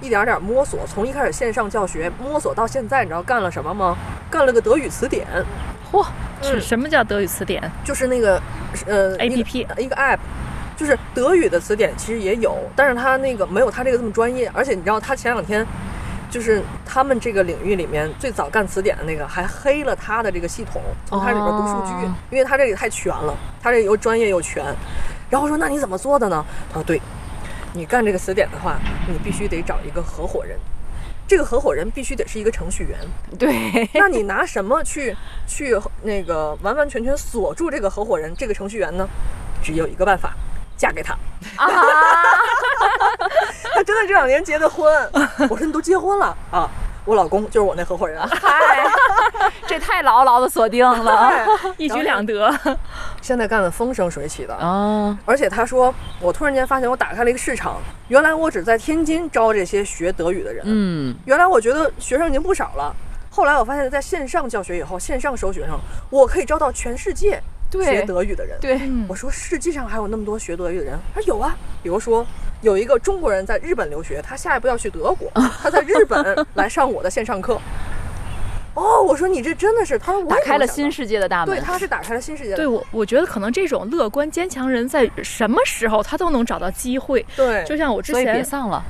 Speaker 3: 一点儿点儿摸索，从一开始线上教学摸索到现在，你知道干了什么吗？干了个德语词典，
Speaker 4: 嚯，
Speaker 3: 嗯
Speaker 4: 是什么叫德语词典
Speaker 3: 就是那个呃一个
Speaker 4: APP？
Speaker 3: 一个 app，就是德语的词典其实也有，但是它那个没有它这个这么专业，而且你知道它前两天。就是他们这个领域里面最早干词典的那个，还黑了他的这个系统，从它里边读数据，
Speaker 2: 哦
Speaker 3: 因为它这个太全了，它这个又专业又全。然后说那你怎么做的呢？啊，对，你干这个词典的话，你必须得找一个合伙人，这个合伙人必须得是一个程序员，
Speaker 2: 对，
Speaker 3: 那你拿什么去去那个完完全全锁住这个合伙人、这个程序员呢？只有一个办法，嫁给他。
Speaker 2: 啊
Speaker 3: 他真的这两年结的婚。我说你都结婚了啊？我老公就是我那合 伙人。啊
Speaker 2: 嗨，这太牢牢的锁定了。
Speaker 4: 一举两得。
Speaker 3: 现在干得风生水起的，
Speaker 2: 啊，
Speaker 3: 而且他说，我突然间发现我打开了一个市场，原来我只在天津招这些学德语的人。
Speaker 2: 嗯，
Speaker 3: 原来我觉得学生已经不少了，后来我发现，在线上教学以后，线上收学生，我可以招到全世界
Speaker 2: 对
Speaker 3: 学德语的人。
Speaker 2: 对，
Speaker 4: 嗯
Speaker 3: 我说世界上还有那么多学德语的人？他说有啊，比如说有一个中国人在日本留学，他下一步要去德 国，他在日本来上我的线上课。哦，我说你这真的是，他说我
Speaker 2: 打
Speaker 3: 也
Speaker 2: 开
Speaker 3: 没
Speaker 2: 了
Speaker 3: 想
Speaker 2: 新
Speaker 3: 到，
Speaker 2: 世界的大门
Speaker 3: 对，。他是打开了新世界的，
Speaker 4: 对我，我觉得可能这种乐观坚强人，在什么时候他都能找到机会。
Speaker 3: 对，
Speaker 4: 就像我之
Speaker 2: 所以别
Speaker 4: 前，
Speaker 2: 丧了，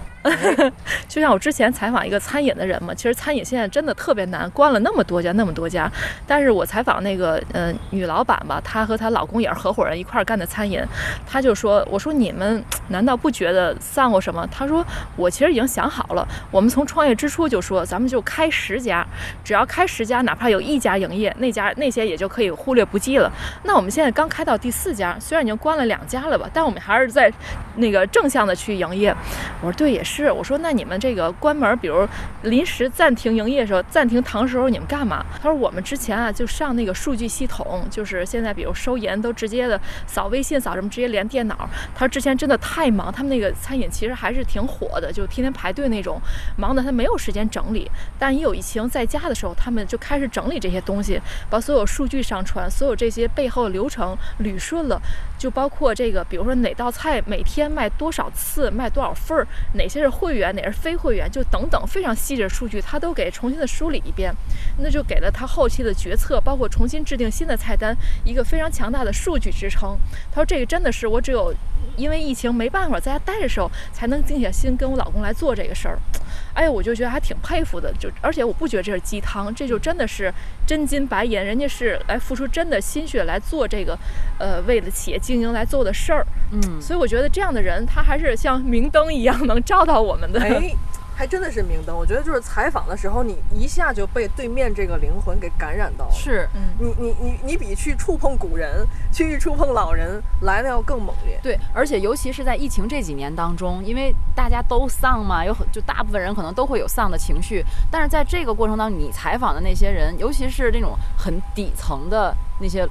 Speaker 4: 就像我之前采访一个餐饮的人嘛，其实餐饮现在真的特别难，关了那么多家那么多家。但是我采访那个呃女老板吧，她和她老公也是合伙人一块儿干的餐饮，她就说：“我说你们难道不觉得丧过什么？”她说：“我其实已经想好了，我们从创业之初就说，咱们就开十家，只要开十家，哪怕有一家营业，那家那些也就可以忽略不计了。那我们现在刚开到第四家，虽然已经关了两家了吧，但我们还是在那个正向的去营业。我说对，也是。我说那你们这个关门，比如临时暂停营业的时候，暂停堂时候，你们干嘛？他说我们之前啊就上那个数据系统，就是现在比如收银都直接的扫微信扫什么，直接连电脑。他说之前真的太忙，他们那个餐饮其实还是挺火的，就天天排队那种，忙的他没有时间整理。但一有疫情在家的时候，他们就开始整理这些东西，把所有数据上传，所有这些背后的流程捋顺了，就包括这个，比如说哪道菜每天卖多少次，卖多少份儿，哪些是会员，哪是非会员，就等等非常细致的数据，他都给重新的梳理一遍，那就给了他后期的决策，包括重新制定新的菜单一个非常强大的数据支撑。他说这个真的是我只有因为疫情没办法在家待着的时候，才能静下心跟我老公来做这个事儿。哎，我就觉得还挺佩服的，就而且我不觉得这是鸡汤，这就真的是真金白银，人家是来付出真的心血来做这个，呃，为了企业经营来做的事儿。
Speaker 2: 嗯，
Speaker 4: 所以我觉得这样的人，他还是像明灯一样能照到我们的。
Speaker 3: 哎，还真的是明灯。我觉得就是采访的时候，你一下就被对面这个灵魂给感染到了。
Speaker 2: 是。
Speaker 3: 你你你你比去触碰古人、去触碰老人来的要更猛烈。
Speaker 2: 对，而且尤其是在疫情这几年当中，因为大家都丧嘛，有很就大部分人可能都会有丧的情绪，但是在这个过程当中，你采访的那些人，尤其是那种很底层的那些。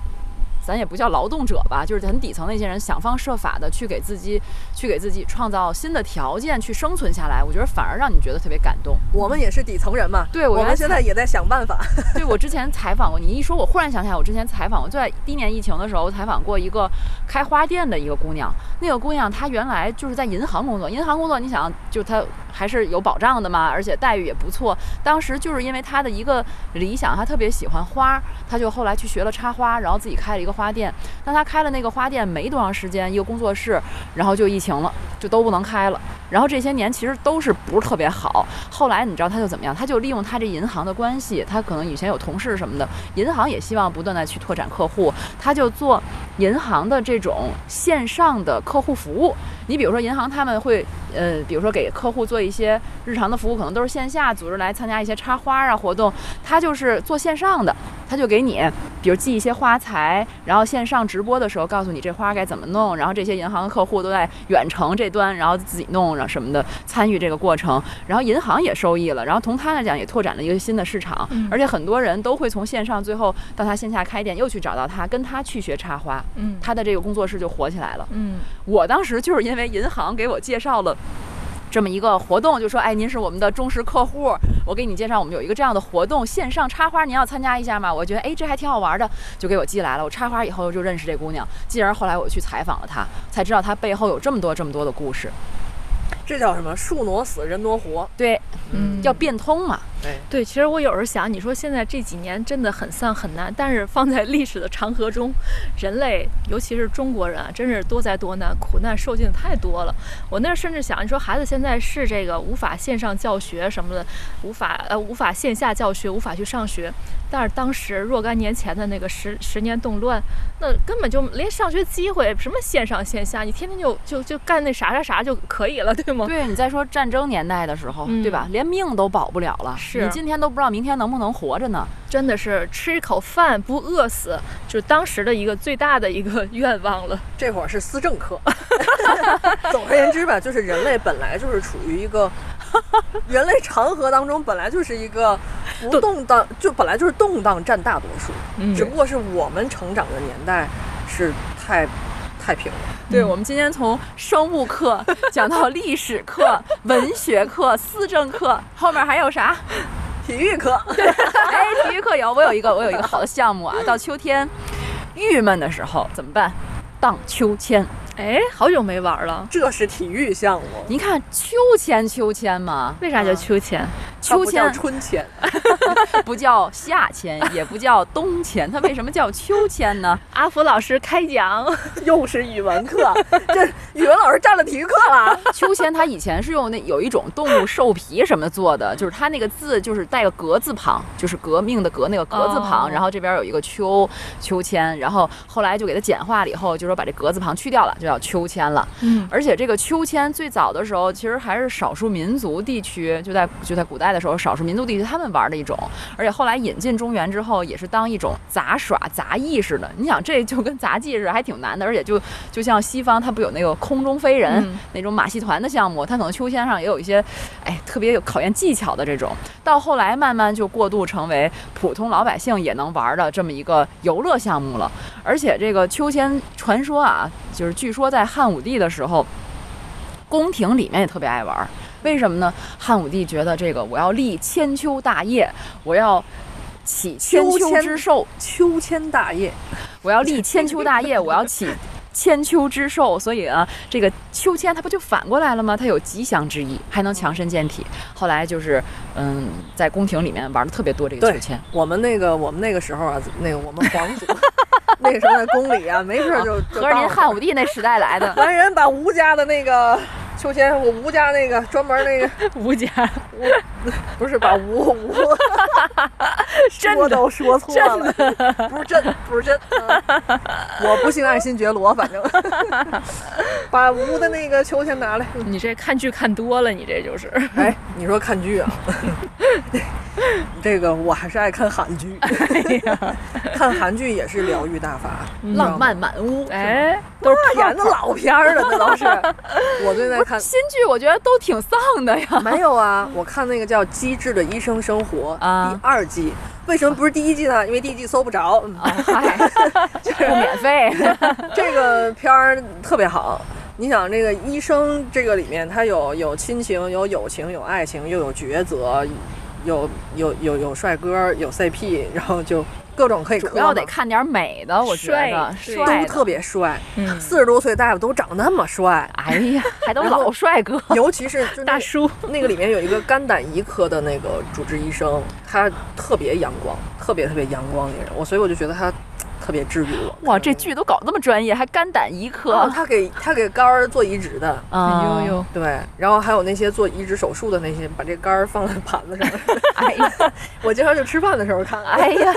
Speaker 2: 咱也不叫劳动者吧，就是很底层那些人，想方设法的去给自己，去给自己创造新的条件，去生存下来。我觉得反而让你觉得特别感动。
Speaker 3: 我们也是底层人嘛，
Speaker 2: 对我
Speaker 3: 我
Speaker 2: 原来
Speaker 3: 们现在也在想办法。
Speaker 2: 对我之前采访过，你一说，我忽然想起来，我之前采访过，就在第一年疫情的时候，采访过一个开花店的一个姑娘。那个姑娘她原来就是在银行工作，银行工作，你想，就她还是有保障的嘛，而且待遇也不错。当时就是因为她的一个理想，她特别喜欢花，她就后来去学了插花，然后自己开了一个花店。但她开了那个花店没多长时间，一个工作室，然后就疫情了，就都不能开了。然后这些年其实都是不是特别好。后来你知道他就怎么样？他就利用他这银行的关系，他可能以前有同事什么的，银行也希望不断的去拓展客户，他就做银行的这种线上的客户服务。你比如说银行他们会呃，比如说给客户做一些日常的服务，可能都是线下组织来参加一些插花啊活动，他就是做线上的，他就给你比如寄一些花材，然后线上直播的时候告诉你这花该怎么弄，然后这些银行的客户都在远程这端，然后自己弄，然啊后什么的参与这个过程，然后银行也受益了，然后从他来讲也拓展了一个新的市场，
Speaker 4: 嗯
Speaker 2: 而且很多人都会从线上最后到他线下开店，又去找到他，跟他去学插花，
Speaker 4: 嗯
Speaker 2: 他的这个工作室就火起来了。
Speaker 4: 嗯
Speaker 2: 我当时就是因为银行给我介绍了。这么一个活动，就说哎，您是我们的忠实客户，我给你介绍，我们有一个这样的活动，线上插花，您要参加一下吗？我觉得哎，这还挺好玩的，就给我寄来了。我插花以后就认识这姑娘，进而后来我去采访了她，才知道她背后有这么多这么多的故事。
Speaker 3: 这叫什么？树挪死，人挪活。
Speaker 2: 对，
Speaker 4: 嗯
Speaker 2: 要变通嘛。
Speaker 4: 对，其实我有时候想，你说现在这几年真的很丧很难，但是放在历史的长河中，人类尤其是中国人啊，真是多灾多难，苦难受尽太多了。我那儿甚至想，你说孩子现在是这个无法线上教学什么的，无法呃无法线下教学，无法去上学，但是当时若干年前的那个十十年动乱，那根本就连上学机会，什么线上线下，你天天就就就干那啥啥啥就可以了，对吗？
Speaker 2: 对，你再说战争年代的时候，
Speaker 4: 嗯
Speaker 2: 对吧？连命都保不了了，
Speaker 4: 是
Speaker 2: 你今天都不知道明天能不能活着呢。
Speaker 4: 真的是吃一口饭不饿死，就是当时的一个最大的一个愿望了。
Speaker 3: 这会儿是思政课。 总而言之吧，就是人类本来就是处于一个人类长河当中，本来就是一个不动荡，就本来就是动荡占大多数，
Speaker 4: 嗯
Speaker 3: 只不过是我们成长的年代是太太平了。
Speaker 2: 对，我们今天从生物课讲到历史课、文学课、思政课，后面还有啥？
Speaker 3: 体育课，
Speaker 2: 哎，体育课有，我有一个，我有一个好的项目啊。到秋天郁闷的时候怎么办？荡秋千。
Speaker 4: 哎，好久没玩了，
Speaker 3: 这是体育项目，
Speaker 2: 您看秋千，秋千嘛，
Speaker 4: 为啥叫秋千？
Speaker 3: 它
Speaker 2: 秋
Speaker 3: 不叫
Speaker 2: 千
Speaker 3: 春千，
Speaker 2: 不叫夏千，也不叫冬千，它为什么叫秋千呢？
Speaker 4: 阿福老师开讲，
Speaker 3: 又是语文课，这语文老师占了体育课了。
Speaker 2: 秋千它以前是用那有一种动物兽皮什么做的，就是它那个字就是带个革字旁，就是革命的革那个革字旁，
Speaker 4: 哦
Speaker 2: 然后这边有一个秋秋千，然后后来就给它简化了以后，就说把这革字旁去掉了，就叫秋千了。
Speaker 4: 嗯，
Speaker 2: 而且这个秋千最早的时候，其实还是少数民族地区，就在就在古代的时候，少数民族地区他们玩的一种。而且后来引进中原之后，也是当一种杂耍、杂艺似的。你想，这就跟杂技似的，还挺难的。而且就 就像西方，它不有那个空中飞人、
Speaker 4: 嗯
Speaker 2: 那种马戏团的项目，它可能秋千上也有一些，哎，特别有考验技巧的这种。到后来慢慢就过渡成为普通老百姓也能玩的这么一个游乐项目了。而且这个秋千传说啊，就是据说在汉武帝的时候，宫廷里面也特别爱玩儿。为什么呢？汉武帝觉得这个我要立千秋大业，我要起千
Speaker 3: 秋
Speaker 2: 秋
Speaker 3: 千
Speaker 2: 之寿，
Speaker 3: 秋千大业，
Speaker 2: 我要立千秋大业，我要起千秋之寿，所以啊，这个秋千它不就反过来了吗？它有吉祥之意，还能强身健体。后来就是，嗯，在宫廷里面玩的特别多这个秋
Speaker 3: 对
Speaker 2: 千。
Speaker 3: 我们那个我们那个时候啊，那个我们皇 族那个时候在宫里啊，没事儿就
Speaker 2: 合
Speaker 3: 就
Speaker 2: 着
Speaker 3: 当，
Speaker 2: 您汉武帝那时代来的
Speaker 3: 男人把吴家的那个秋千，我吴家那个专门 那个
Speaker 2: 吴家
Speaker 3: 吴，不是把吴吴 说都说错了，不是真不是真，嗯我不姓爱新觉罗， 反正把吴的那个秋千拿来。
Speaker 4: 你这看剧看多了，你这就是。
Speaker 3: 哎，你说看剧啊？这个我还是爱看韩 剧，哎看韩剧也是疗愈大法，你知道吗
Speaker 2: 浪漫满屋。
Speaker 4: 哎，都是
Speaker 3: 那演的老片儿了，那 都是。我最近在看，
Speaker 2: 新剧我觉得都挺丧的呀。
Speaker 3: 没有啊，我看那个叫《机智的医生生活》
Speaker 2: 啊
Speaker 3: 第二季，为什么不是第一季呢？因为第一季搜不着。嗯
Speaker 2: 啊嗨，不免费。
Speaker 3: 这个片儿特别好。你想这个医生这个里面，他有有亲情，有友情，有爱情，又有抉择，有有有有帅哥，有 CP，然后就各种可以磕嘛。
Speaker 2: 主要得看点美的，我觉得
Speaker 4: 帅
Speaker 2: 帅
Speaker 3: 都
Speaker 2: 的
Speaker 3: 特别帅，
Speaker 4: 嗯
Speaker 3: 四十多岁大夫都长那么帅，
Speaker 2: 哎呀，还都老帅哥。
Speaker 3: 尤其是就那
Speaker 4: 大叔，
Speaker 3: 那个里面有一个肝胆胰科的那个主治医生，他特别阳光，特别特别阳光那个人，我所以我就觉得他特别治愈我。
Speaker 2: 哇，这剧都搞那么专业，还肝胆胰
Speaker 3: 哦
Speaker 2: 科，
Speaker 3: 他给他给肝儿做移植的，
Speaker 4: 嗯
Speaker 2: 啊！
Speaker 4: 哎呦，呦，
Speaker 3: 对，然后还有那些做移植手术的那些，把这肝儿放在盘子上。
Speaker 2: 哎呀，
Speaker 3: 我经常就吃饭的时候看，
Speaker 2: 哎呀，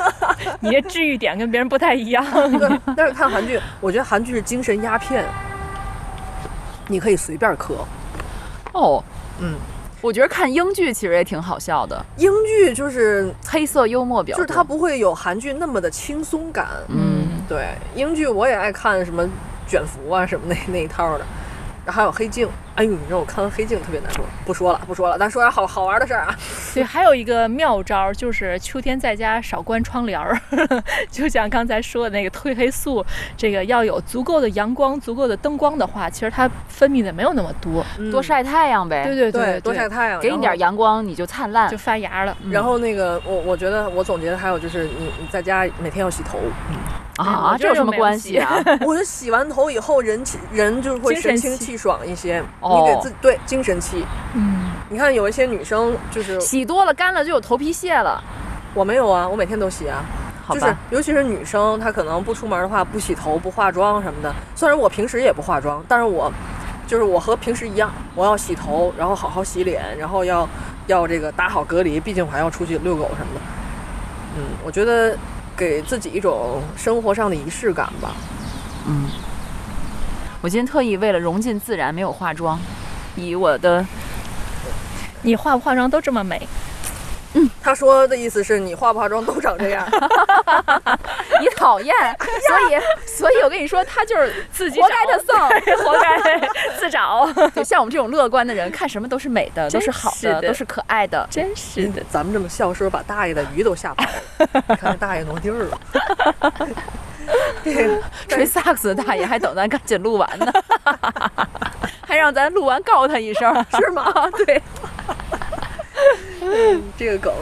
Speaker 4: 你这治愈点跟别人不太一样。
Speaker 3: 对，但是看韩剧，我觉得韩剧是精神鸦片，你可以随便磕。
Speaker 2: 哦，
Speaker 3: 嗯，
Speaker 2: 我觉得看英剧其实也挺好笑的，
Speaker 3: 英剧就是
Speaker 2: 黑色幽默比较
Speaker 3: 就是
Speaker 2: 多
Speaker 3: 它，不会有韩剧那么的轻松感，
Speaker 2: 嗯，
Speaker 3: 对，英剧我也爱看什么卷福啊什么那那一套的，然后还有黑镜，哎呦，你知道我看完黑镜特别难受，不说了，不说了，咱说点好好玩的事儿啊。
Speaker 4: 对，还有一个妙招儿就是秋天在家少关窗帘儿， 就像刚才说的那个褪黑素，这个要有足够的阳光、足够的灯光的话，其实它分泌的没有那么多。
Speaker 2: 多晒太阳呗，
Speaker 4: 嗯对对
Speaker 3: 嗯对
Speaker 4: 对，
Speaker 3: 多晒太阳，
Speaker 2: 给你
Speaker 3: 然后
Speaker 2: 点阳光你就灿烂
Speaker 4: 就。发芽了。
Speaker 2: 嗯
Speaker 3: 然后那个，我我觉得我总结的还有就是你，你在家每天要 洗头。
Speaker 2: 啊，
Speaker 4: 我
Speaker 2: 这
Speaker 4: 这
Speaker 2: 有什
Speaker 4: 就
Speaker 2: 么
Speaker 4: 没有
Speaker 2: 关
Speaker 4: 洗
Speaker 2: 系啊？
Speaker 3: 我觉得洗完头以后，人气人就是会
Speaker 4: 精
Speaker 3: 神
Speaker 4: 神
Speaker 3: 清
Speaker 4: 气
Speaker 3: 气爽一些。
Speaker 2: 哦
Speaker 3: 你给自对精神气。
Speaker 4: 嗯，
Speaker 3: 你看有一些女生就是
Speaker 2: 洗多了干了就有头皮屑了，
Speaker 3: 我没有啊，我每天都洗啊。
Speaker 2: 好
Speaker 3: 就是
Speaker 2: 吧？
Speaker 3: 尤其是女生，她可能不出门的话，不洗头、不化妆什么的。虽然我平时也不化妆，但是我就是我和平时一样，我要洗头，然后好好洗脸，然后要要这个打好隔离，毕竟我还要出去遛狗什么的。嗯，我觉得给自己一种生活上的仪式感吧。
Speaker 2: 我今天特意为了融进自然没有化妆，以我的
Speaker 4: 你化不化妆都这么美，
Speaker 3: 他说的意思是你化不化妆都长这样，
Speaker 2: 你讨 厌，所以所以我跟你说，他就是
Speaker 4: 自己
Speaker 2: 活该他 丧。
Speaker 4: 活该自找，
Speaker 2: 对像我们这种乐观的人，看什么都是美的，都
Speaker 4: 真
Speaker 2: 是好
Speaker 4: 是
Speaker 2: 的，
Speaker 4: 的
Speaker 2: 都是可爱的。
Speaker 4: 真是的。
Speaker 3: 咱们这么笑，是不是把大爷的鱼都吓跑了？你看大爷挪地儿 了。
Speaker 2: 吹萨克斯的大爷还等咱赶紧录完呢， 还让咱录完告他一声，是吗？ 对，
Speaker 3: 这个梗，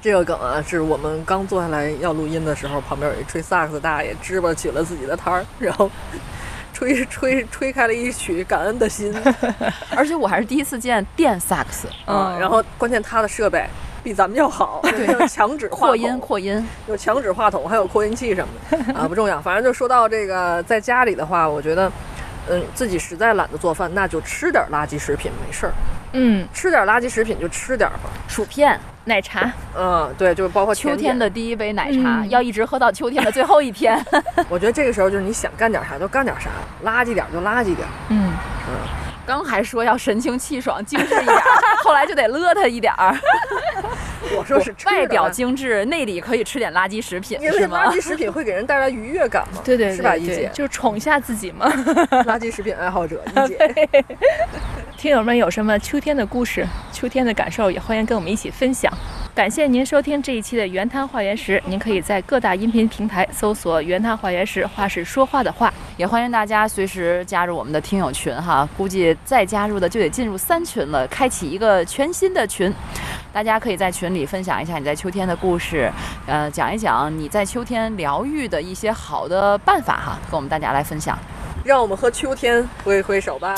Speaker 3: 这个梗啊，是我们刚坐下来要录音的时候，旁边有一吹萨克斯大爷支吧起了自己的摊儿，然后吹吹吹开了一曲《感恩 的心》
Speaker 2: 而且我还是第一次见电萨克斯，
Speaker 3: 啊，然后关键他的设备比咱们 要好， 有墙纸话
Speaker 2: 扩音
Speaker 3: 筒，
Speaker 2: 扩音，
Speaker 3: 有墙纸话筒，还有扩音器什么的 啊，不重要。反正就说到这个，在家里的话，我觉得。嗯，自己实在懒得做饭，那就吃点垃圾食品，没事儿。
Speaker 4: 嗯，
Speaker 3: 吃点垃圾食品就吃点儿吧。
Speaker 2: 薯片，
Speaker 4: 奶茶，
Speaker 3: 嗯，对，就是包括
Speaker 2: 秋
Speaker 3: 甜
Speaker 2: 天
Speaker 3: 点
Speaker 2: 的第一杯奶茶，
Speaker 4: 嗯
Speaker 2: 要一直喝到秋天的最后一天。
Speaker 3: 我觉得这个时候就是你想干点啥就干点啥，垃圾点就垃圾点。
Speaker 4: 嗯，
Speaker 2: 刚还说要神清气爽、精致一点儿，后来就得勒他一点儿。
Speaker 3: 我说是吃的
Speaker 2: 外表
Speaker 3: 吧，
Speaker 2: 精致，内里可以吃点垃圾食品，
Speaker 3: 因
Speaker 2: 是
Speaker 3: 为
Speaker 2: 吗
Speaker 3: 垃？圾食品会给人带来愉悦感嘛，
Speaker 4: 对对对，
Speaker 3: 是吧，
Speaker 4: 对
Speaker 3: 一姐？
Speaker 4: 就宠一下自己嘛。
Speaker 3: 垃圾食品爱好者，一姐，
Speaker 4: 听友们有什么秋天的故事、秋天的感受，也欢迎跟我们一起分享。感谢您收听这一期的《原滩化原石》，您可以在各大音频平台搜索“原滩化原石”，话是说话的话。
Speaker 2: 也欢迎大家随时加入我们的听友群哈，估计再加入的就得进入三群了，开启一个全新的群。大家可以在群里分享一下你在秋天的故事，呃，讲一讲你在秋天疗愈的一些好的办法哈，跟我们大家来分享。
Speaker 3: 让我们和秋天挥挥手吧。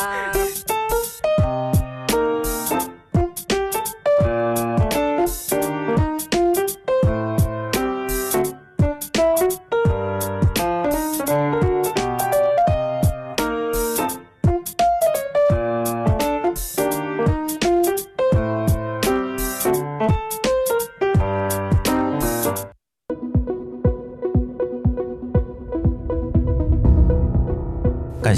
Speaker 1: 感